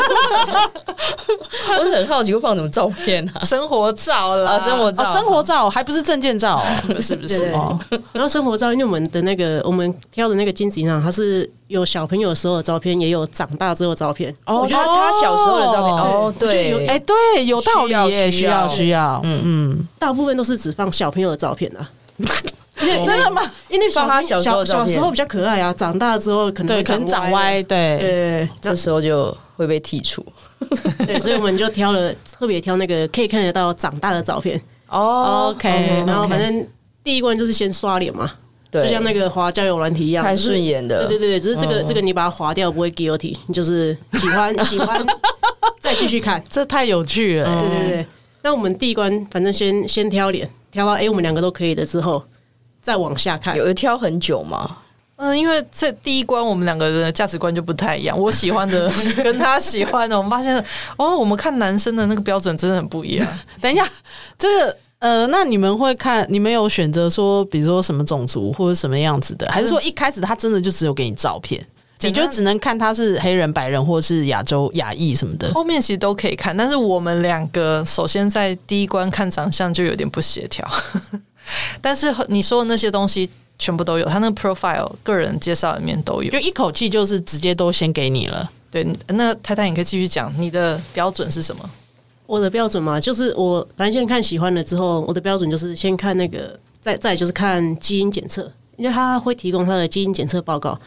C: 我是很好奇会放什么照片啊？
G: <laughs> 生活照啦，
C: 啊，生活照，
H: 哦，生活照还不是证件照哦，
G: 是不
I: 对
G: 是？
H: 哦
I: 然后生活照，因为我们的那个我们挑的那个金子银行，它是有小朋友时候的照片，也有长大之后的照片。
C: 哦，我觉得他小时候的照片，哦，对，
H: 哎，对，有道理耶，需
C: 需
H: 要
C: 要
H: 需要，嗯嗯，
I: 大部分都是只放小朋友的照片
C: <laughs>
I: 啊。
H: 真的吗？
I: 因为
C: 放他小时候的照
I: 小
C: 片
I: 时候比较可爱啊，长大之后可
H: 嗯
I: 能
H: 对，
I: 会
H: 可能长
I: 歪啊
H: 歪，对，
I: 对
C: 这时候就会被剔除。
I: 对，所以我们就挑了特别挑那个可以看得到长大的照
C: <laughs>
I: 片。嗯
C: 哦
H: OK，
I: 然后
H: OK
I: 反正第一关就是先刷脸嘛，就
C: 对，
I: 像那个滑交友软体一样，
C: 看
I: 就是
C: 顺眼嗯的，
I: 对对对，只是这个、这个你把它划掉不会 guilty，你就是喜
C: <laughs>
I: 欢喜欢再继续看。
H: 这太有趣
I: 嗯
H: 了。
C: 嗯
I: 对对对，那我们第一关反正先先挑脸，挑到哎、诶我们两个都可以的之后，再往下看。
C: 有挑很久吗？
G: 嗯，因为这第一关我们两个人的价值观就不太一样，我喜欢的 <laughs> 跟他喜欢的，我们发现哦，我们看男生的那个标准真的很不一样。
H: 等一下，这个呃，那你们会看，你们有选择说，比如说什么种族或者什么样子的，还是说一开始他真的就只有给你照片，你
G: 简单
H: 就只能看他是黑人、白人或是亚洲、亚裔什么的？
G: 后面其实都可以看，但是我们两个首先在第一关看长相就有点不协调， <laughs> 但是你说的那些东西全部都有，他那个 profile 个人介绍里面都有
H: 就。一口气就是直接都先给你了。
G: 对，那太太你可以继续讲你的标准是什么？
I: 我的标准嘛，就是我反正先看喜欢了之后，我的标准就是先看那个，再再就是看基因检测，因为他会提供他的基因检测报告。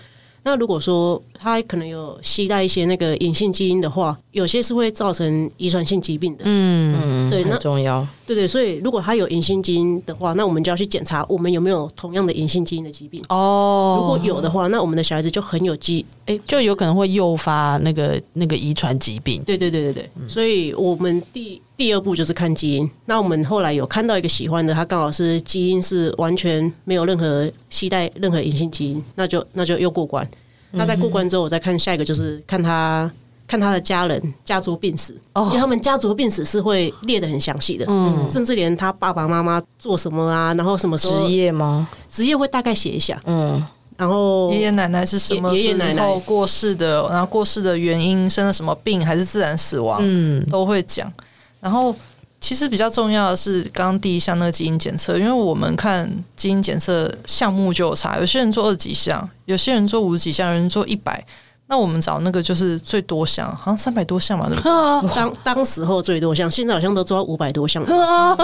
I: 那如果说他可能有携带一些那个隐性基因的话，有些是会造成遗传性疾病的。
C: 嗯，
I: 对那
C: 很重要。
I: 对对，所以如果他有隐性基因的话，那我们就要去检查我们有没有同样的隐性基因的疾病。
H: 哦
I: 如果有的话，那我们的小孩子就很有基，哎、
H: 就有可能会诱发那个那个遗传疾病。
I: 对对对对对，
C: 嗯
I: 所以我们第第二步就是看基因。那我们后来有看到一个喜欢的，他刚好是基因是完全没有任何携带任何隐性基因，那就那就又过关。
C: 嗯
I: 那在过关之后，我再看下一个，就是看他看他的家人家族病史，
C: 哦
I: 因为他们家族病史是会列的很详细的，
H: 嗯
I: 甚至连他爸爸妈妈做什么啊，然后什么时
C: 职
I: 候
C: 业吗？
I: 职业会大概写一下，
C: 嗯，
I: 然后
G: 爷爷奶奶是什么
I: 爷爷
G: 时
I: 奶奶
G: 候过世的？然后过世的原因，生了什么病，还是自然死亡，
H: 嗯，
G: 都会讲。然后其实比较重要的是，刚刚第一项那个基因检测，因为我们看基因检测项目就有差，有些人做二十几项，有些人做五十几项，有人做一百。那我们找那个就是最多项，好像三百多项嘛，对不对？
I: 当当时候最多项，现在好像都做到五百
C: <laughs>
I: 多项了，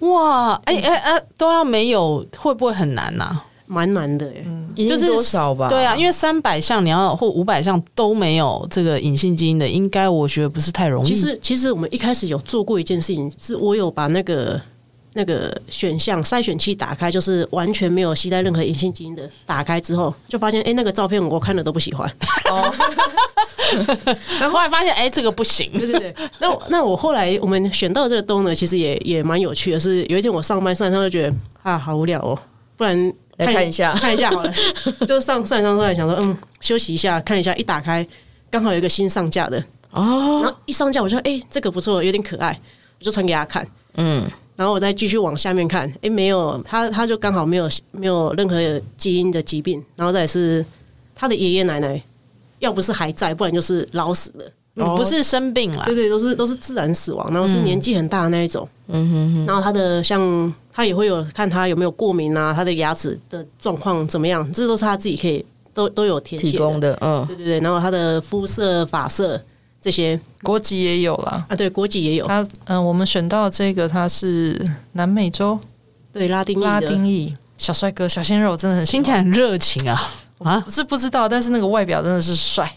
H: 哇，哎哎哎，都要没有，会不会很难呐、
I: 蛮难的哎、
C: 一定
H: 就是
C: 多少吧？
H: 对啊，因为三百项你要或五百项都没有这个隐性基因的，应该我觉得不是太容易。
I: 其实，其实我们一开始有做过一件事情，是我有把那个那个选项筛选器打开，就是完全没有携带任何隐性基因的，打开之后就发现，哎、那个照片我看了都不喜欢。
H: 然后后来发现，哎、这个不行。
I: 对对对，那我那我后来我们选到这个洞呢，其实也也蛮有趣的是，有一天我上班上一上就觉得啊，好无聊哦，不然
C: 来看一下
I: 看一
C: <laughs>
I: 下好了，就上上一上上来想说，嗯，休息一下看一下，一打开刚好有一个新上架的，
C: 哦，
I: 然后一上架我就哎、这个不错，有点可爱，我就传给他看。
C: 嗯，
I: 然后我再继续往下面看，诶，没有，他他就刚好没有没有任何基因的疾病，然后再来是他的爷爷奶奶，要不是还在，不然就是老死了，
H: 你嗯不是生病啦
I: 对，对，都是都是自然死亡，然后是年纪很大的那一种，嗯哼然后他的像他也会有看他有没有过敏啊，他的牙齿的状况怎么样，这都是他自己可以都都有填
C: 提
I: 写
C: 供
I: 的，
C: 的，嗯，
I: 对对对，然后他的肤色、发色这些
G: 国籍也有啦。
I: 啊，对，国籍也有，
G: 他嗯、我们选到这个他是南美洲
I: 对拉丁裔的
G: 拉丁裔小帅哥、小鲜肉，真的很喜
H: 听
G: 欢
H: 起来很热情啊啊！
G: 不是不知道，但是那个外表真的是帅。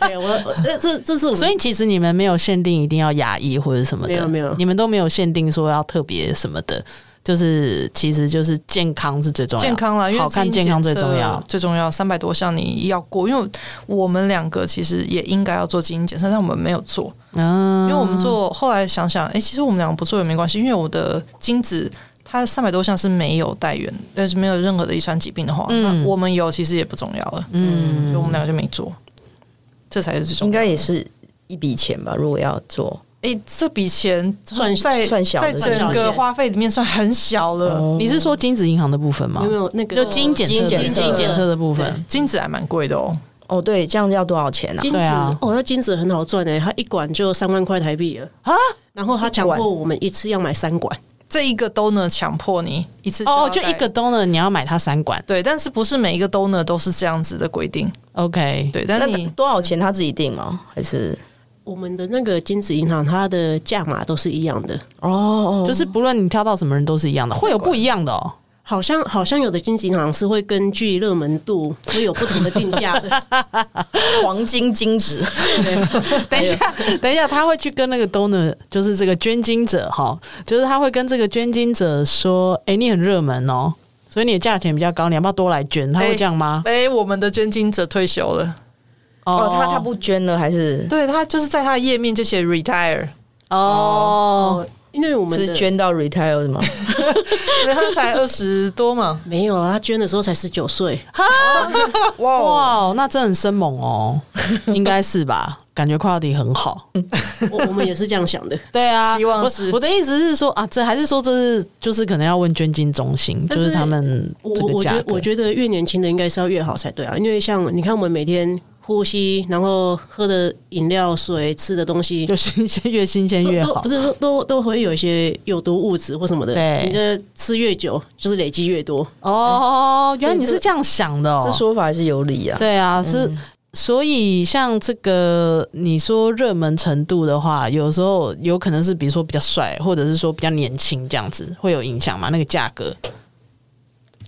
I: 对我我这这这是我们
H: 所以其实你们没有限定一定要牙医或者什么的，
I: 没有没有
H: 你们都没有限定说要特别什么的，就是其实就是健康是最重要，
G: 健康啦，因为
H: 哦好看
G: 基因
H: 健康最
G: 检测
H: 重要。
G: 最重要三百多项你要过，因为我们两个其实也应该要做基因检测，但我们没有做，
H: 嗯，
G: 因为我们做后来想想，哎、其实我们两个不做也没关系，因为我的精子。它三百多项是没有带源，呃，是没有任何的遗传疾病的话，
H: 嗯
G: 那我们有其实也不重要了，嗯，所以我们两个就没做，这才是最重
C: 应
G: 要的。
C: 该也是一笔钱吧？如果要做，
G: 哎、这笔钱
I: 算
G: 在
C: 算小
G: 在
C: 的
I: 算小
G: 整个
I: 钱
G: 花费里面算很小了。
C: 哦
H: 你是说精子银行的部分吗？
I: 有没有那个
H: 就基因检测的
C: 基因
H: 部
C: 检
H: 分、
C: 测
H: 基因检测的部分，
G: 金子还蛮贵的哦，
C: 哦，对，这样要多少钱啊？
I: 金子、
H: 对啊
I: 哦，那金子很好赚欸诶，他一管就三万块台币了啊。然后他强
C: 一
I: 迫
C: 管
I: 我们一次要买三管，
G: 这一个 donor 强迫你一次
H: 哦，
G: 要
H: 就
G: 带
H: 一个 donor 你要买它三管
G: 对，但是不是每一个 donor 都是这样子的规定，
H: ，OK，
G: 对，
C: 那
G: 但你
C: 多少钱他自己定吗？还是
I: 我们的那个金子银行它的价码都是一样的，
C: 哦哦，
H: 就是不论你挑到什么人都是一样的，会有不一样的哦。
I: 好像好像有的金子银行是会根据热门度会有不同的定价
H: <laughs> 啊
I: 的，
C: 黄金金值，
H: 等一下，等一下，他会去跟那个 donor，就是这个捐精者哈，就是他会跟这个捐精者说：“哎、你很热门哦，所以你的价钱比较高，你要不要多来捐？”他会这样吗？
G: <laughs> 哎、我们的捐精者退休了，
C: 哦，他他不捐了还是
G: 对他就是在他的页面就写 retire，
H: 哦，
I: 因因为我们的
C: 是捐到 retire 的吗？
G: 因为他才二十多嘛， <laughs>
I: 没有啊，他捐的时候才十九岁，
C: 哇哇，
H: 哇，那真的很生猛哦，应该是吧？感觉跨到底很好，
I: 我我们也是这样想的。
H: <laughs> 对啊，
G: 希望是
H: 我我的意思是说啊，这还是说这是就是可能要问捐精中心，
I: 但
H: 就是是他们
I: 我
H: 这
I: 我
H: 个
I: 我觉
H: 价
I: 得
H: 格，
I: 我觉得越年轻的应该是要越好才对啊，因为像你看我们每天呼吸，然后喝的饮料、水、吃的东西
H: 就，新鲜越新鲜
I: 都
H: 越
I: 都
H: 好
I: 不。是都都都会有一些有毒物质或什么的。
H: 对
I: 你这吃越久就是累积越多。
H: 哦，原来你是这样想的哦，
C: 这说法是有理啊。
H: 对啊，是。所以，像这个你说热门程度的话，有时候有可能是比如说比较帅，或者是说比较年轻这样子，会有影响吗？那个价格，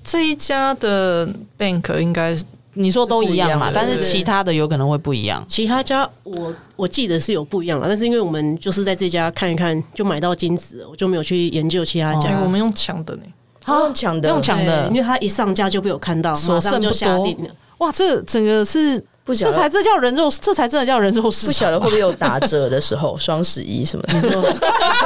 G: 这一家的 bank 应该是
H: 你说都一样
G: 就是一样的
H: 嘛，但是
G: 对
H: 其他的有可能会不一样。
I: 其他家我我记得是有不一样了，但是因为我们就是在这家看一看就买到金子了，我就没有去研究其他
H: 哦
G: 哎
I: 家。
G: 我们用抢的呢，
C: 用抢的
H: 用抢
I: 对
H: 的
I: 因，为它一上架就被我看到，
H: 所
I: 马
H: 剩
I: 上就
H: 不
I: 下
H: 多
I: 定了。
H: 哇，这整个是
C: 不晓
H: 这
C: 得
H: 才这叫人肉，这才真的叫人肉市
C: 不晓
H: 场
C: 得
H: 吧。
C: 会不会有打折的时候，双十一什么的， <laughs>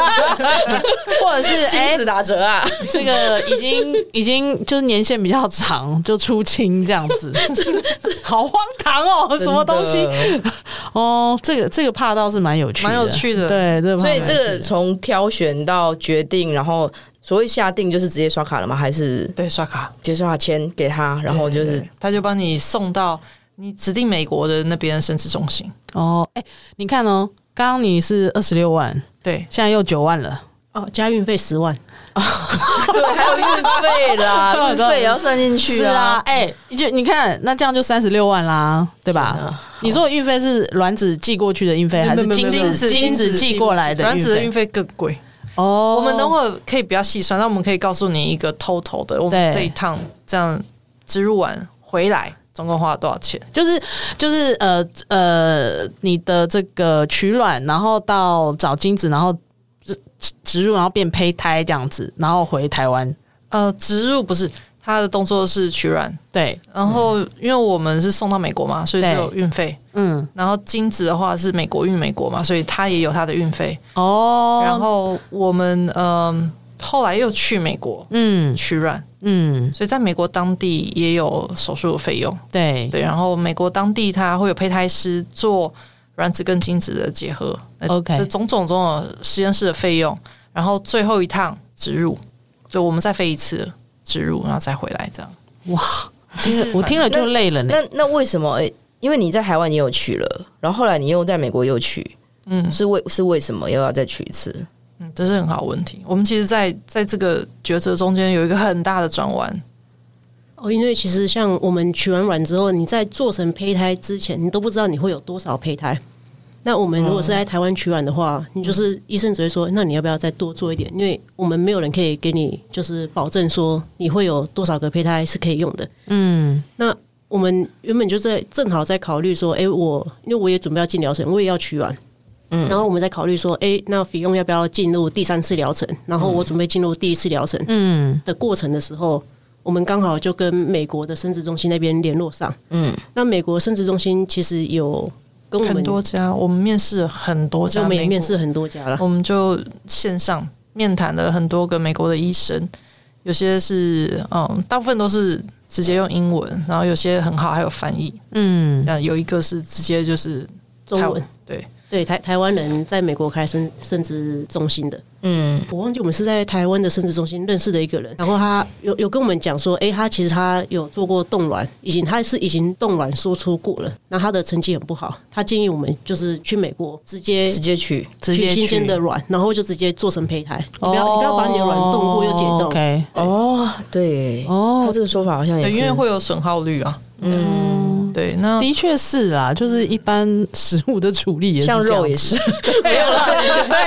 H: 或者是哎
C: 金子，打折 <laughs> 啊，
H: 这个已经已经就是年限比较长，就出清这样子，好荒唐哦，什么东西
C: 真？的
H: 哦，这个这个怕倒是蛮有趣的，
G: 蛮有趣的
H: 对，这个怕
C: 所以
H: 蛮有
C: 这个
H: 趣的
C: 从挑选到决定，然后所谓下定就是直接刷卡了吗？还是
G: 对，刷卡，
C: 直接刷卡钱给他，然后就
G: 对
C: 是
G: 对他就帮你送到你指定美国的那边生殖中心，
H: 哦，哎、你看哦，刚刚你是二十六万，
G: 对，
H: 现在又九万了，
I: 哦，加运费十万，
C: 对，还有运费啦， <laughs> 运费也要算进去
H: 是啊，，哎、就你看，那这样就三十六万啦，对
C: 天
H: 吧
C: 哪？
H: 你说的运费是卵子寄过去的运费，还是
I: 没
H: 精
I: 有没有没有
H: 子精子寄过来的
G: 卵子的
H: 运
G: 运
H: 费？
G: 费更贵。
H: 哦，
G: 我们等会儿可以不要细算，那我们可以告诉你一个 total 的，我们
H: 对
G: 这一趟这样植入完回来总共花了多少钱？
H: 就是就是呃呃，你的这个取卵，然后到找精子，然后植植入，然后变胚胎这样子，然后回台湾。
G: 呃，植入不是他的动作是取卵，
H: 对，
G: 然后因为我们是送到美国嘛，所以就
H: 对
G: 有运费。
H: 嗯，
G: 然后精子的话是美国运美国嘛，所以它也有它的运费。
H: 哦，
G: 然后我们嗯、后来又去美国
H: 嗯
G: 取卵，
H: 嗯，
G: 所以在美国当地也有手术的费用。
H: 对，
G: 对，然后美国当地它会有胚胎师做卵子跟精子的结合。呃
H: OK
G: 这种种种种实验室的费用，然后最后一趟植入，就我们再飞一次植入，然后再回来这样。
H: 哇，
G: 其实
H: 我听了就累了呢。
C: 那那为什么？诶因为你在台湾你有去了，然后后来你又在美国又去，
G: 嗯
C: 是为是为什么又要再去一次？
G: 嗯，这是很好的问题。我们其实在，在这个抉择中间有一个很大的转弯，
I: 哦，因为其实像我们取完卵之后，你在做成胚胎之前，你都不知道你会有多少胚胎。那我们如果是在台湾取卵的话，你就是医生只会说，那你要不要再多做一点？因为我们没有人可以给你就是保证说你会有多少个胚胎是可以用的。
H: 嗯，
I: 那我们原本就在正好在考虑说，诶，我因为我也准备要进疗程，我也要取卵，嗯，然后我们在考虑说，诶，那费用要不要进入第三次疗程？然后我准备进入第一次疗程，嗯，的过程的时候，我们刚好就跟美国的生殖中心那边联络上，嗯，那美国生殖中心其实有跟我
G: 很
I: 们，
G: 多家，我们面试了很多
I: 就
G: 家，
I: 我们也
G: 美国
I: 面试，很多家 <laughs> 了，
G: 我们就线上面谈了很多个美国的医生，有些是嗯，大部分都是直接用英文，然后有些很好，还有翻译，
H: 嗯，
G: 那有一个是直接就是
I: 中
G: 台
I: 文。
G: 对，
I: 对台台湾人在美国开生生殖中心的，
C: 嗯，
I: 我忘记我们是在台湾的生殖中心认识的一个人，然后他有有跟我们讲说，诶，他其实他有做过冻卵，已经他是已经冻卵输出过了，那他的成绩很不好，他建议我们就是去美国直接
C: 直接去，
H: 直
I: 取
H: 接
I: 新鲜
H: 去
I: 的卵，然后就直接做成胚胎，你不要、你不要把你的卵冻过又解冻。
H: 哦 OK，
C: 哦，对，
H: 哦
C: 他这个说法好像也
G: 对，
C: 是，
G: 因为会有损耗率啊，嗯，对，那
H: 的确是啦，就是一般食物的处理也是
C: 像
H: 这
C: 嗯
H: 样
C: 肉也
H: 子
C: 是， <laughs> 没有啦，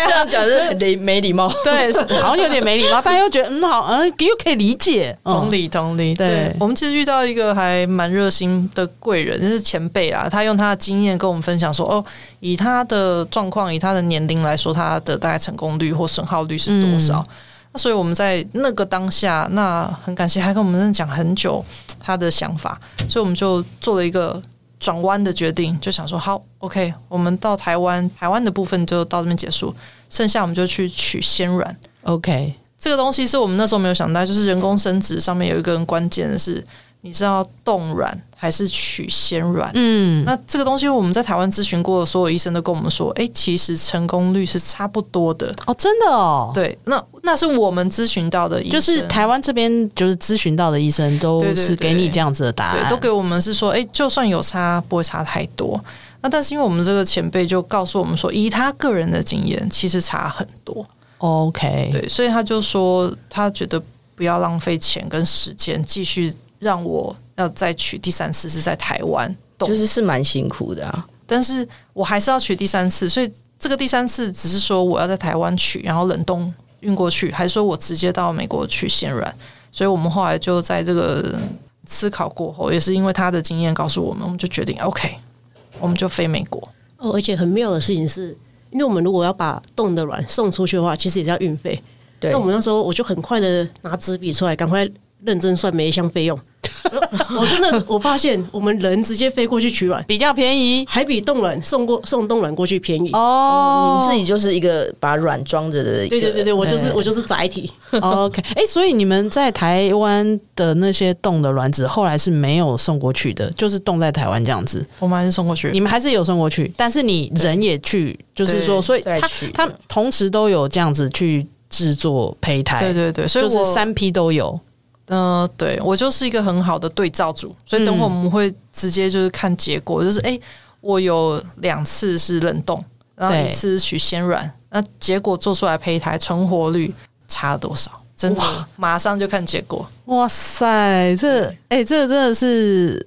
C: 这样讲是很没没礼 <laughs> 貌。
H: 对，是 <laughs> 好像有点没礼貌，大家又觉得嗯好，嗯又可以理解，嗯
G: 同理，同理。
H: 对
G: 我们其实遇到一个还蛮热心的贵人，就是前辈啦，他用他的经验跟我们分享说，哦，以他的状况，以他的年龄来说，他的大概成功率或损耗率是多少？
H: 嗯
G: 那所以我们在那个当下，那很感谢，还跟我们真的讲很久他的想法，所以我们就做了一个。转弯的决定，就想说好，OK，我们到台湾，台湾的部分就到这边结束，剩下我们就去取鲜卵。
H: 哦 OK，
G: 这个东西是我们那时候没有想到，就是人工生殖上面有一个很关键的是，你是要冻卵还是取鲜卵？
H: 嗯，
G: 那这个东西我们在台湾咨询过的所有医生都跟我们说，诶，其实成功率是差不多的。
H: 哦，真的哦，
G: 对，那那是我们咨询到的医生，
H: 就是台湾这边就是咨询到的医生都
G: 对对
H: 是给你这样子的答
G: 对，
H: 案，
G: 都给我们是说，诶，就算有差，不会差太多。那但是因为我们这个前辈就告诉我们说，以他个人的经验，其实差很多。
H: OK，
G: 对，所以他就说，他觉得不要浪费钱跟时间，继续让我要再娶第三次是在台湾，懂
C: 就是是蛮辛苦的啊。
G: 但是我还是要娶第三次，所以这个第三次只是说我要在台湾娶，然后冷冻运过去，还是说我直接到美国去鲜软？所以我们后来就在这个思考过后，也是因为他的经验告诉我们，我们就决定 OK，我们就飞美国。
I: 哦，而且很妙的事情是，因为我们如果要把冻的卵送出去的话，其实也是要运费。
C: 对，
I: 那我们那时候我就很快的拿纸笔出来，赶快认真算每一项费用。 <laughs> 我真的我发现，我们人直接飞过去取卵，
H: 比较便宜
I: 还比冻卵送过送冻卵过去便宜。
H: 哦
C: 你自己就是一个把软装着的一个，
I: 对对对对，我就是
H: 对
I: 我就是载体，
H: OK，哎、所以你们在台湾的那些冻的卵子，后来是没有送过去的，就是冻在台湾这样子。
G: 我们还是送过去，
H: 你们还是有送过去，但是你人也去，就是说，
G: 对
H: 所以
C: 再
H: 他
C: 取的
H: 他同时都有这样子去制作胚胎，
G: 对对对，所以
H: 就
G: 我
H: 是三批都有。
G: 呃，对我就是一个很好的对照组，所以等会我们会直接就是看结果，就是诶，我有两次是冷冻，然后
H: 对
G: 一次是取鲜卵，那结果做出来胚胎存活率差了多少？真的，马上就看结果。
H: 哇塞，这哎、这真的是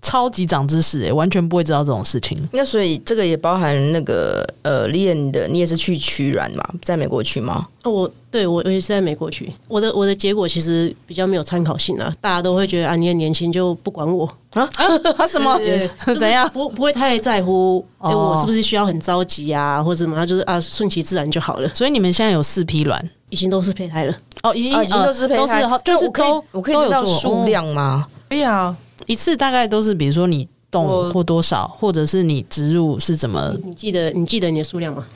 H: 超级长知识哎、完全不会知道这种事情。
C: 那所以这个也包含那个呃，Lian 的，你也是去取卵嘛，在美国取吗？
I: 哦，我对我我也是在美国去，我的我的结果其实比较没有参考性啊，大家都会觉得啊，你很年轻就不管我，
H: 他啊什么
I: <laughs> 对，就
H: <laughs>
I: 是
H: 怎样？
I: 不不会太在乎，哎、
H: 哦
I: 我是不是需要很着急啊，或者什么，他就是啊，顺其自然就好了，
H: 所以你们现在有四批卵
I: 已经都是胚胎了。
H: 哦，已经、
C: 啊，已经
H: 呃
C: 都是胚
H: 都
C: 胎，
H: 是就
C: 那我
H: 是
C: 可以
H: 都
C: 我可以
H: 都
C: 知
H: 有
C: 道
H: 做
C: 数
H: 哦
C: 量吗？
G: 对呀，
H: 一次大概都是，比如说你动
G: 我
H: 或多少，或者是你植入是怎么？
I: 你记得你记得你的数量吗？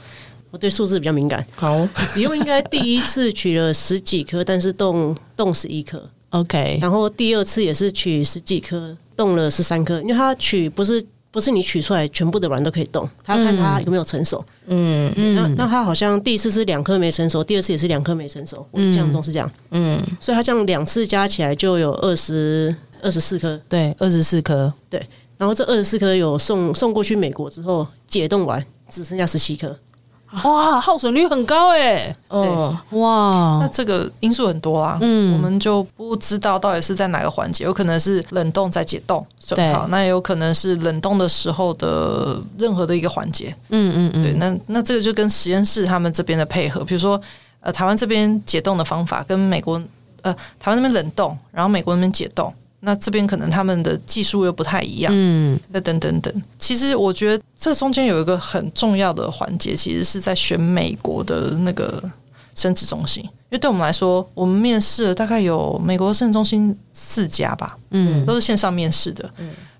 I: 我对数字比较敏感，
C: 好，
I: 比如应该第一次取了十几颗，但是动动十一颗，
H: OK，
I: 然后第二次也是取十几颗，动了十三颗，因为它取不是不是你取出来全部的卵都可以动，它要看它有没有成熟。
C: 嗯
I: 那那它好像第一次是两颗没成熟，第二次也是两颗没成熟，我印象中是这样，
C: 嗯，
I: 所以它这样两次加起来就有二十二十四颗，
H: 对，二十四颗，
I: 然后这二十四颗有送送过去美国之后解冻完。只剩下十七颗，
H: 哇，耗损率很高哎，
C: 哦，
G: 那
H: 哇，
G: 这个因素很多啦，嗯，我们就不知道到底是在哪个环节，有可能是冷冻在解冻，损耗，
H: 对
G: 那也有可能是冷冻的时候的任何的一个环节，
H: 嗯嗯嗯，
G: 对，那那这个就跟实验室他们这边的配合，比如说呃，台湾这边解冻的方法跟美国呃台湾那边冷冻，然后美国那边解冻，那这边可能他们的技术又不太一样，
H: 嗯，
G: 那等等等。其实我觉得这中间有一个很重要的环节，其实是在选美国的那个生殖中心，因为对我们来说，我们面试了大概有美国生殖中心四家吧，
H: 嗯，
G: 都是线上面试的，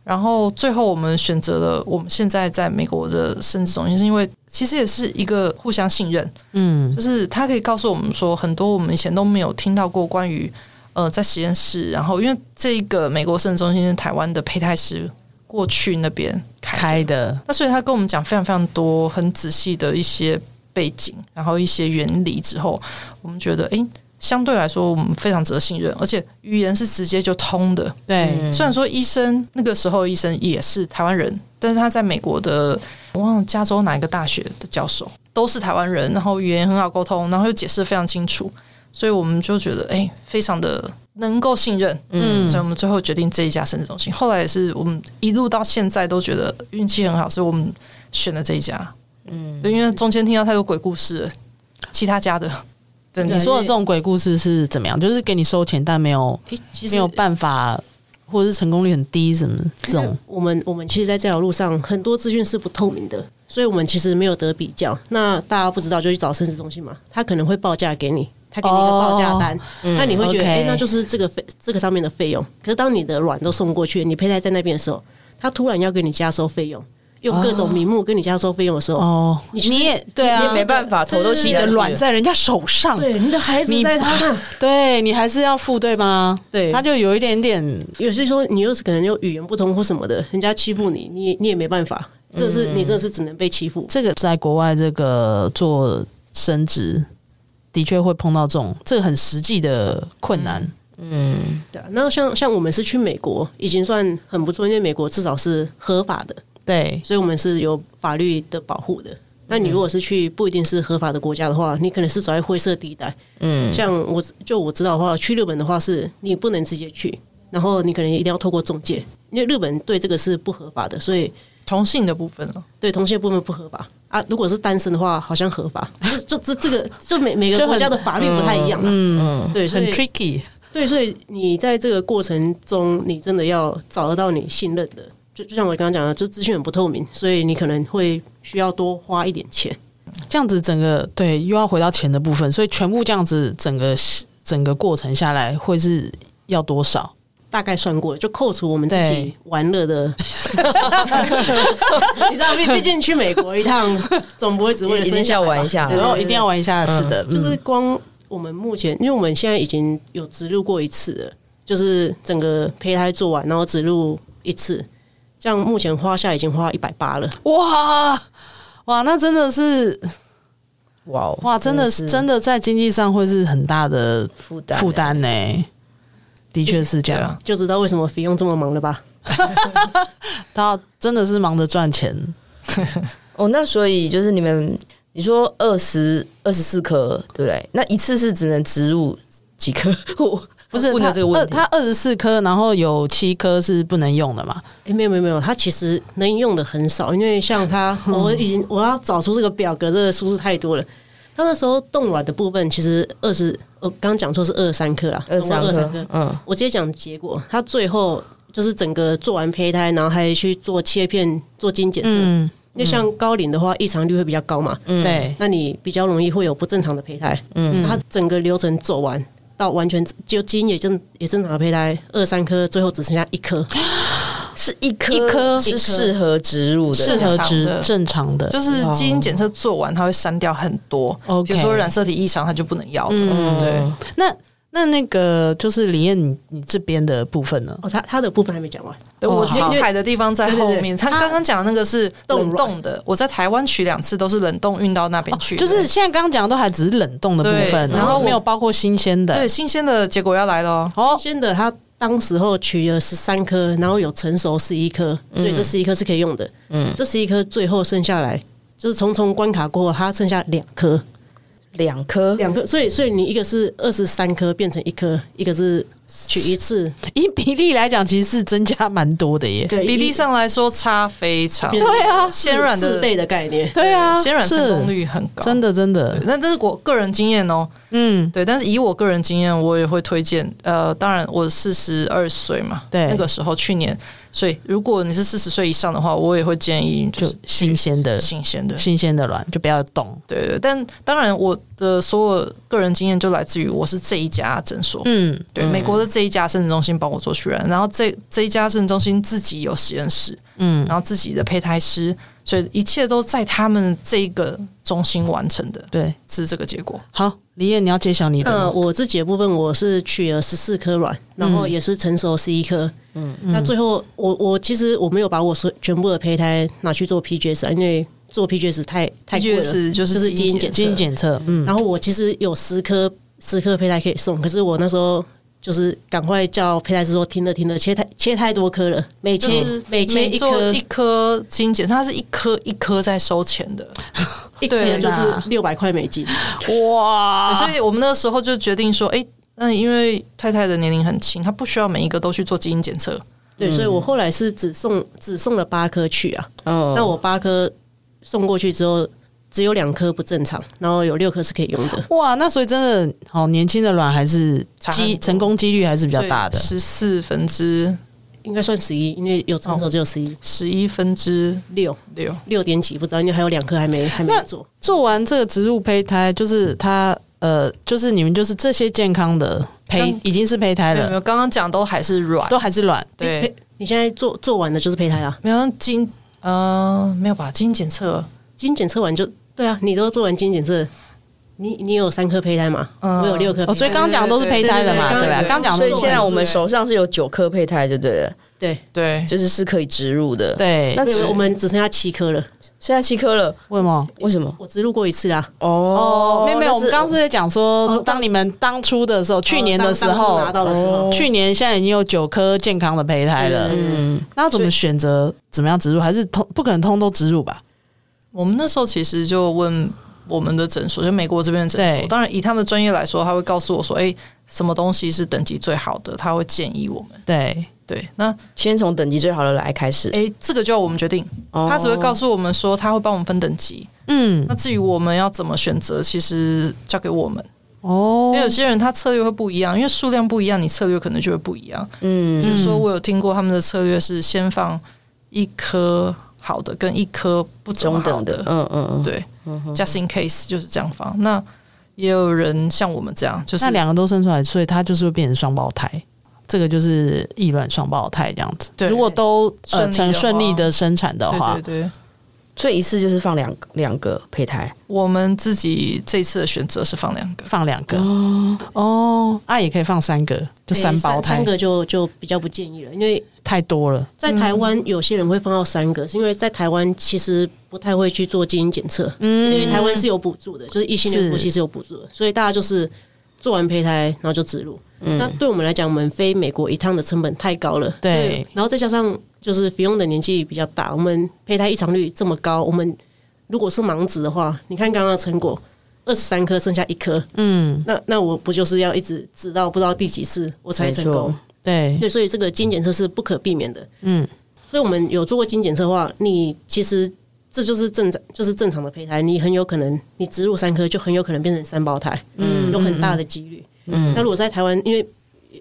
G: 然后最后我们选择了我们现在在美国的生殖中心，是因为其实也是一个互相信任，
H: 嗯，
G: 就是他可以告诉我们说很多我们以前都没有听到过关于呃在实验室，然后因为这个美国生殖中心是台湾的胚胎师过去那边开的
H: 开的，
G: 那所以他跟我们讲非常非常多很仔细的一些背景，然后一些原理之后，我们觉得诶，相对来说我们非常值得信任，而且语言是直接就通的，
H: 对，
G: 虽然说医生那个时候医生也是台湾人，但是他在美国的我忘了加州哪一个大学的教授都是台湾人，然后语言很好沟通，然后又解释得非常清楚，所以我们就觉得哎、非常的能够信任，嗯，所以我们最后决定这一家生殖中心。后来也是我们一路到现在都觉得运气很好，所以我们选了这一家，嗯，因为中间听到太多鬼故事了，其他家的，对，
H: 你
G: 你说
H: 说的这种鬼故事是怎么样？就是给你收钱，但没有
I: 诶、其实
H: 没有办法，或者是成功率很低，什么这
I: 因为
H: 种？
I: 我们我们其实，在这条路上，很多资讯是不透明的，所以我们其实没有得比较。那大家不知道就去找生殖中心嘛，他可能会报价给你，他给你一个报价单，那你会觉
H: 嗯
I: 得，
H: OK
I: 哎、那就是这个费这个上面的费用。可是当你的卵都送过去，你胚胎在那边的时候，他突然要跟你加收费用，用各种名目跟你加收费用的时候，
H: 哦，你
I: 就是
H: 也对啊，
C: 也没办法，头都洗
H: 你
C: 下
H: 的
C: 去
H: 卵
C: 了。
H: 在人家手上，
I: 对你的孩子
H: 你
I: 在他
H: <laughs>
I: 那，
H: 对你还是要付对吗？
I: 对
H: 他就有一点点
I: 有些时候你又是可能又语言不通或什么的，人家欺负你，你也你也没办法，这是、
H: 嗯
I: 你这是只能被欺负。
H: 这个在国外这个做升职，的确会碰到这种这个很实际的困难。
C: 嗯，
I: 对啊，那像像我们是去美国，已经算很不错，因为美国至少是合法的，
H: 对，
I: 所以我们是有法律的保护的。那你如果是去不一定是合法的国家的话，你可能是走在灰色地带。嗯，像我就我知道的话，去日本的话是你不能直接去，然后你可能一定要透过中介，因为日本对这个是不合法的，所以
G: 同性的部分哦，
I: 对同性部分不合法啊。如果是单身的话，好像合法，就就这这个就每每
H: 就
I: 个
H: 很
I: 国家的法律不太一样、啊。
H: 嗯，
I: 对，所
H: 很
I: 以
H: tricky。
I: 对，所以你在这个过程中，你真的要找得到你信任的。就就像我刚刚讲的，就资讯很不透明，所以你可能会需要多花一点钱。
H: 这样子整个对又要回到钱的部分，所以全部这样子整个整个过程下来会是要多少？
I: 大概算过，就扣除我们自己
H: 对
I: 玩乐的， <laughs> 你知道，毕毕竟去美国一趟，总不会只为了
C: 一定
I: 生
C: 要
I: 下
C: 玩一
I: 来
C: 下
I: 对
H: 然后一定要玩一下，是的，
I: 吧，就
H: 嗯
I: 是光我们目前，因为我们现在已经有植入过一次了，就是整个胚胎做完，然后植入一次，这样目前花下已经花一百八了。
H: 哇哇，那真的是
C: 哇哦
H: 哇，真的是真的在经济上会是很大的
C: 负担
H: 负担呢。的确是这样，
I: 就知道为什么菲佣这么忙了吧？
H: 他真的是忙着赚钱，
C: 哦。那所以就是你们，你说二十二十四颗，对不对？那一次是只能植入几颗？ <laughs> 我
H: 不是
C: 问
H: 他
C: 的这个问题，
H: 他二十四颗，然后有七颗是不能用的嘛？
I: 哎、没有没有没有，它其实能用的很少，因为像它，我已经我要找出这个表格，这个数字太多了。它那时候冻卵的部分其实二十，我刚刚讲错是二三克啦，
C: 二
I: 总
C: 三
I: 共23
C: 颗，嗯，
I: 我直接讲结果，它最后就是整个做完胚胎，然后还去做切片、做基因检测。
H: 嗯，
I: 因为像高龄的话，异常率会比较高嘛，
C: 嗯
G: 嗯
H: 对，
I: 那你比较容易会有不正常的胚胎。嗯，它整个流程走完到完全就基因也正也正常的胚胎，二三颗，最后只剩下一颗。
C: 是一颗
H: 一颗
C: 是适合植入的，
H: 适
G: 是嗯正
H: 合
G: 常
H: 值
G: 的
H: 正常的，
G: 就是基因检测做完，它会删掉很多比
H: OK
G: 如说染色体异常，它就不能要了。
H: 嗯
G: 对，
H: 那那那个就是李艳，你你这边的部分呢？
I: 哦，它它的部分还没讲完。
G: 对，
H: 哦
G: 我
H: 好
G: 精彩的地方在后面。他
I: 它
G: 刚刚讲的那个是冷
I: 冻
G: 冻的，我在台湾取两次都是冷冻运到那边去的，
H: 哦就是现在刚刚讲的都还只是冷冻的部分，哦
G: 对然后我
H: 没有包括新鲜的
G: 对。新鲜的结果要来了哦。
H: 哦，
I: 先的它当时候取了十三颗，然后有成熟十一颗，
G: 嗯
I: 所以这十一颗是可以用的。嗯，这十一颗最后剩下来就是重重关卡过后，它剩下两颗，
C: 两颗，
I: 两颗，所以所以你一个是二十三颗变成一颗，一个是取一次，
H: 以比例来讲，其实是增加蛮多的耶。
I: 对
G: 比例上来说差非常，
I: 对
H: 啊
G: 鲜软
I: 四
G: 的
I: 倍的概念。
H: 对啊，
G: 鲜软成功
H: 是
G: 率很高，
H: 真
G: 的。
H: 的真的，
G: 那这是我个人经验哦，
H: 嗯，
G: 对，但是以我个人经验，我也会推荐。呃，当然我四十二岁嘛，
H: 对
G: 那个时候去年，所以如果你是四十岁以上的话，我也会建议就
H: 就是新鲜的
G: 新鲜的，
H: 新鲜的卵就不要动。
G: 对对。但当然，我的所有个人经验就来自于我是这一家诊所，
H: 嗯，
G: 对，美国的这一家生殖中心帮我做取卵，然后这这一家生殖中心自己有实验室，嗯，然后自己的胚胎师，所以一切都在他们这个中心完成的，
H: 对。
G: 是这个结果。
H: 好，李艳，你要揭晓你的
I: 那
G: 呃
H: 吗。
I: 呃我自己的部分，我是取了十四颗卵，然后也是成熟十一颗。嗯，那最后我我其实我没有把我所全部的胚胎拿去做 PGS，啊因为做 PGS 太太贵了。
G: 是就
I: 就是是基因检
H: 基因检
G: 呃
H: 测，嗯，
I: 然后我其实有十颗十颗胚胎可以送，可是我那时候就是赶快叫胚胎师说停了停了，切太切太多颗了，每切、
G: 就是
I: 每切一
G: 做
I: 颗
G: 一颗基因检测，它是一颗一颗在收钱的，
I: 一
G: 对
I: 颗就
H: 啦
I: 是六百块美金，
H: 哇
G: 所以我们那时候就决定说，哎、那因为太太的年龄很轻，她不需要每一个都去做基因检测，
I: 对，所以我后来是只送只送了八颗去啊，
C: 哦
I: 那我八颗送过去之后。只有两颗不正常，然后有六颗是可以用的。
H: 哇，那所以真的好年轻的卵还是
G: 差很
H: 机
G: 多
H: 成功几率还是比较大的，
G: 十四分之
I: 应该算十一，因为有成熟只有十
H: 哦
I: 一
G: 十一分之
I: 六
G: 六。
I: 六点几，不知道，因为还有两颗还没还没
H: 那
I: 做。
H: 做完这个植入胚胎，就是它呃，就是你们就是这些健康的胚
G: 刚
H: 已经是胚胎
G: 没有没
H: 了，
G: 有，刚刚讲都还是软，
H: 都还是卵，
G: 对
I: 胚你现在做做完了就是胚胎啦，
G: 没有基呃没有吧？基因检测，
I: 基因检测完就对啊，你都做完基因检测，你你有三颗胚胎嘛？
G: 嗯
I: 我有六颗胚胎，
H: 哦，所以刚刚讲的都是胚胎了
G: 啊
H: 嘛，
I: 对对
H: 对
I: 对
H: 吧？
I: 对
H: 刚讲
C: 所
H: 的
C: 以
H: 都是
C: 现在我们手上是有九颗胚胎，就对了，
I: 对，
G: 对，
C: 就是是可以植入的。，
H: 对，
C: 那
I: 没
C: 植
I: 有我们只剩下七颗了。
C: 现在七颗了，
H: 为什么？
C: 为什么？
I: 我植入过一次啦，
H: 哦，没有没有，
C: 那
H: 我们
C: 是
H: 刚刚是在讲说，
I: 哦
H: 当你们当初的时候，去年的时
I: 当当初
H: 候哦
I: 拿，到的时候，
H: 去年现在已经有九颗健康的胚胎了，
C: 嗯，
H: 那怎么选择怎么样植入？还是通不可能通都植入吧？
G: 我们那时候其实就问我们的诊所，就美国这边的诊
H: 对
G: 所。当然，以他们的专业来说，他会告诉我说：“哎、什么东西是等级最好的？”他会建议我们。
H: 对，
G: 对，那
C: 先从等级最好的来开始。哦
G: 哎、这个就要我们决定。
H: 哦
G: 他只会告
C: 诉
G: 诉我们说，他会帮我们分等级。
H: 嗯，
G: 那至于我们要怎么选择，其实交给我们。因
H: 哦
G: 为，有些人他策略会不一样，因为数量不一样，你策略可能就会不一样。
C: 嗯
G: 比如说，我有听过他们的策略是先放一颗好的跟一颗不怎么
C: 中
G: 好
C: 等的，嗯嗯嗯，
G: 对，just in case 就是这样放。那也有人像我们这样，就是
H: 那两个都生出来，所以它就是会变成双胞胎。这个就是异卵双胞胎这样子。
G: 对
H: 如果都
G: 顺利的
H: 呃成顺利的生产的话
G: 对，对对，
C: 所以一次就是放两个两个胚胎，
G: 我们自己这次的选择是放两个，
H: 放两个哦哦，啊也可以放三个，就
I: 诶
H: 三胞
I: 三
H: 胎
I: 个就就比较不建议了，因为
H: 太多了。
I: 在台湾有些人会放到三个，是因为在台湾其实不太会去做基因检测，
H: 嗯
I: 因为台湾是有补助的，就是异性恋夫妻是有补助的，所以大家就是做完胚胎然后就植入。
C: 嗯
I: 那嗯对我们来讲，我们飞美国一趟的成本太高了，
H: 对
I: 所以然后再加上就是菲佣的年纪比较大，我们胚胎异常率这么高，我们如果是盲子的话，你看刚刚的成果，二十三颗剩下一颗，
H: 嗯，
I: 那那我不就是要一直直到不知道第几次我才
C: 没
I: 成
C: 错
I: 功？
H: 对，
I: 对，所以这个基因检测是不可避免的。
H: 嗯，
I: 所以我们有做过基因检测的话，你其实这就是正常，就是正常的胚胎，你很有可能你植入三颗就很有可能变成三胞胎，嗯，有很大的几率。嗯，那如果在台湾，因为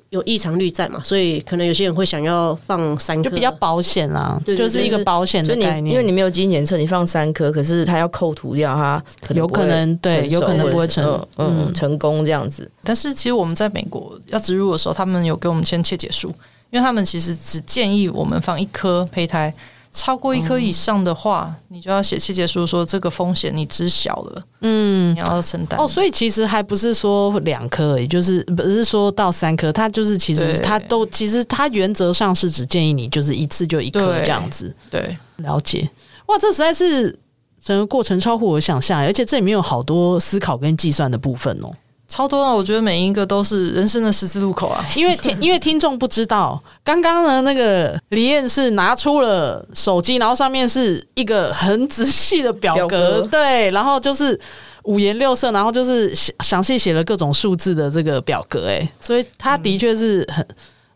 I: 有异常率在嘛，所以可能有些人会想要放三
H: 就
I: 颗，
H: 比较保险啦，
I: 对对
H: 就是一个保险
C: 就
H: 的
C: 你
H: 概念。
C: 因为你没有基因检测，你放三颗，可是它要扣除掉它，
H: 有可能对有可能不会成
C: 嗯嗯
H: 嗯
C: 成功这样子，
G: 但是其实我们在美国要植入的时候，他们有给我们签切结书，因为他们其实只建议我们放一颗胚胎，超过一颗以上的话，你就要写切结书说这个风险你知晓了，
H: 嗯
G: 你，要承担。
H: 哦，所以其实还不是说两颗而已，就是不是说到三颗，它就是其实
G: 对
H: 它都其实它原则上是只建议你就是一次就一颗
G: 对
H: 这样子。
G: 对，
H: 了解，哇，这实在是整个过程超乎我的想象，欸而且这里面有好多思考跟计算的部分哦。
G: 超多啊！我觉得每一个都是人生的十字路口啊。
H: 因为听因为听众不知道，刚刚呢那个李燕是拿出了手机，然后上面是一个很仔细的表
C: 表
H: 格，
C: 格
H: 对，然后就是五颜六色，然后就是详详细写了各种数字的这个表格，哎，所以他的确是很。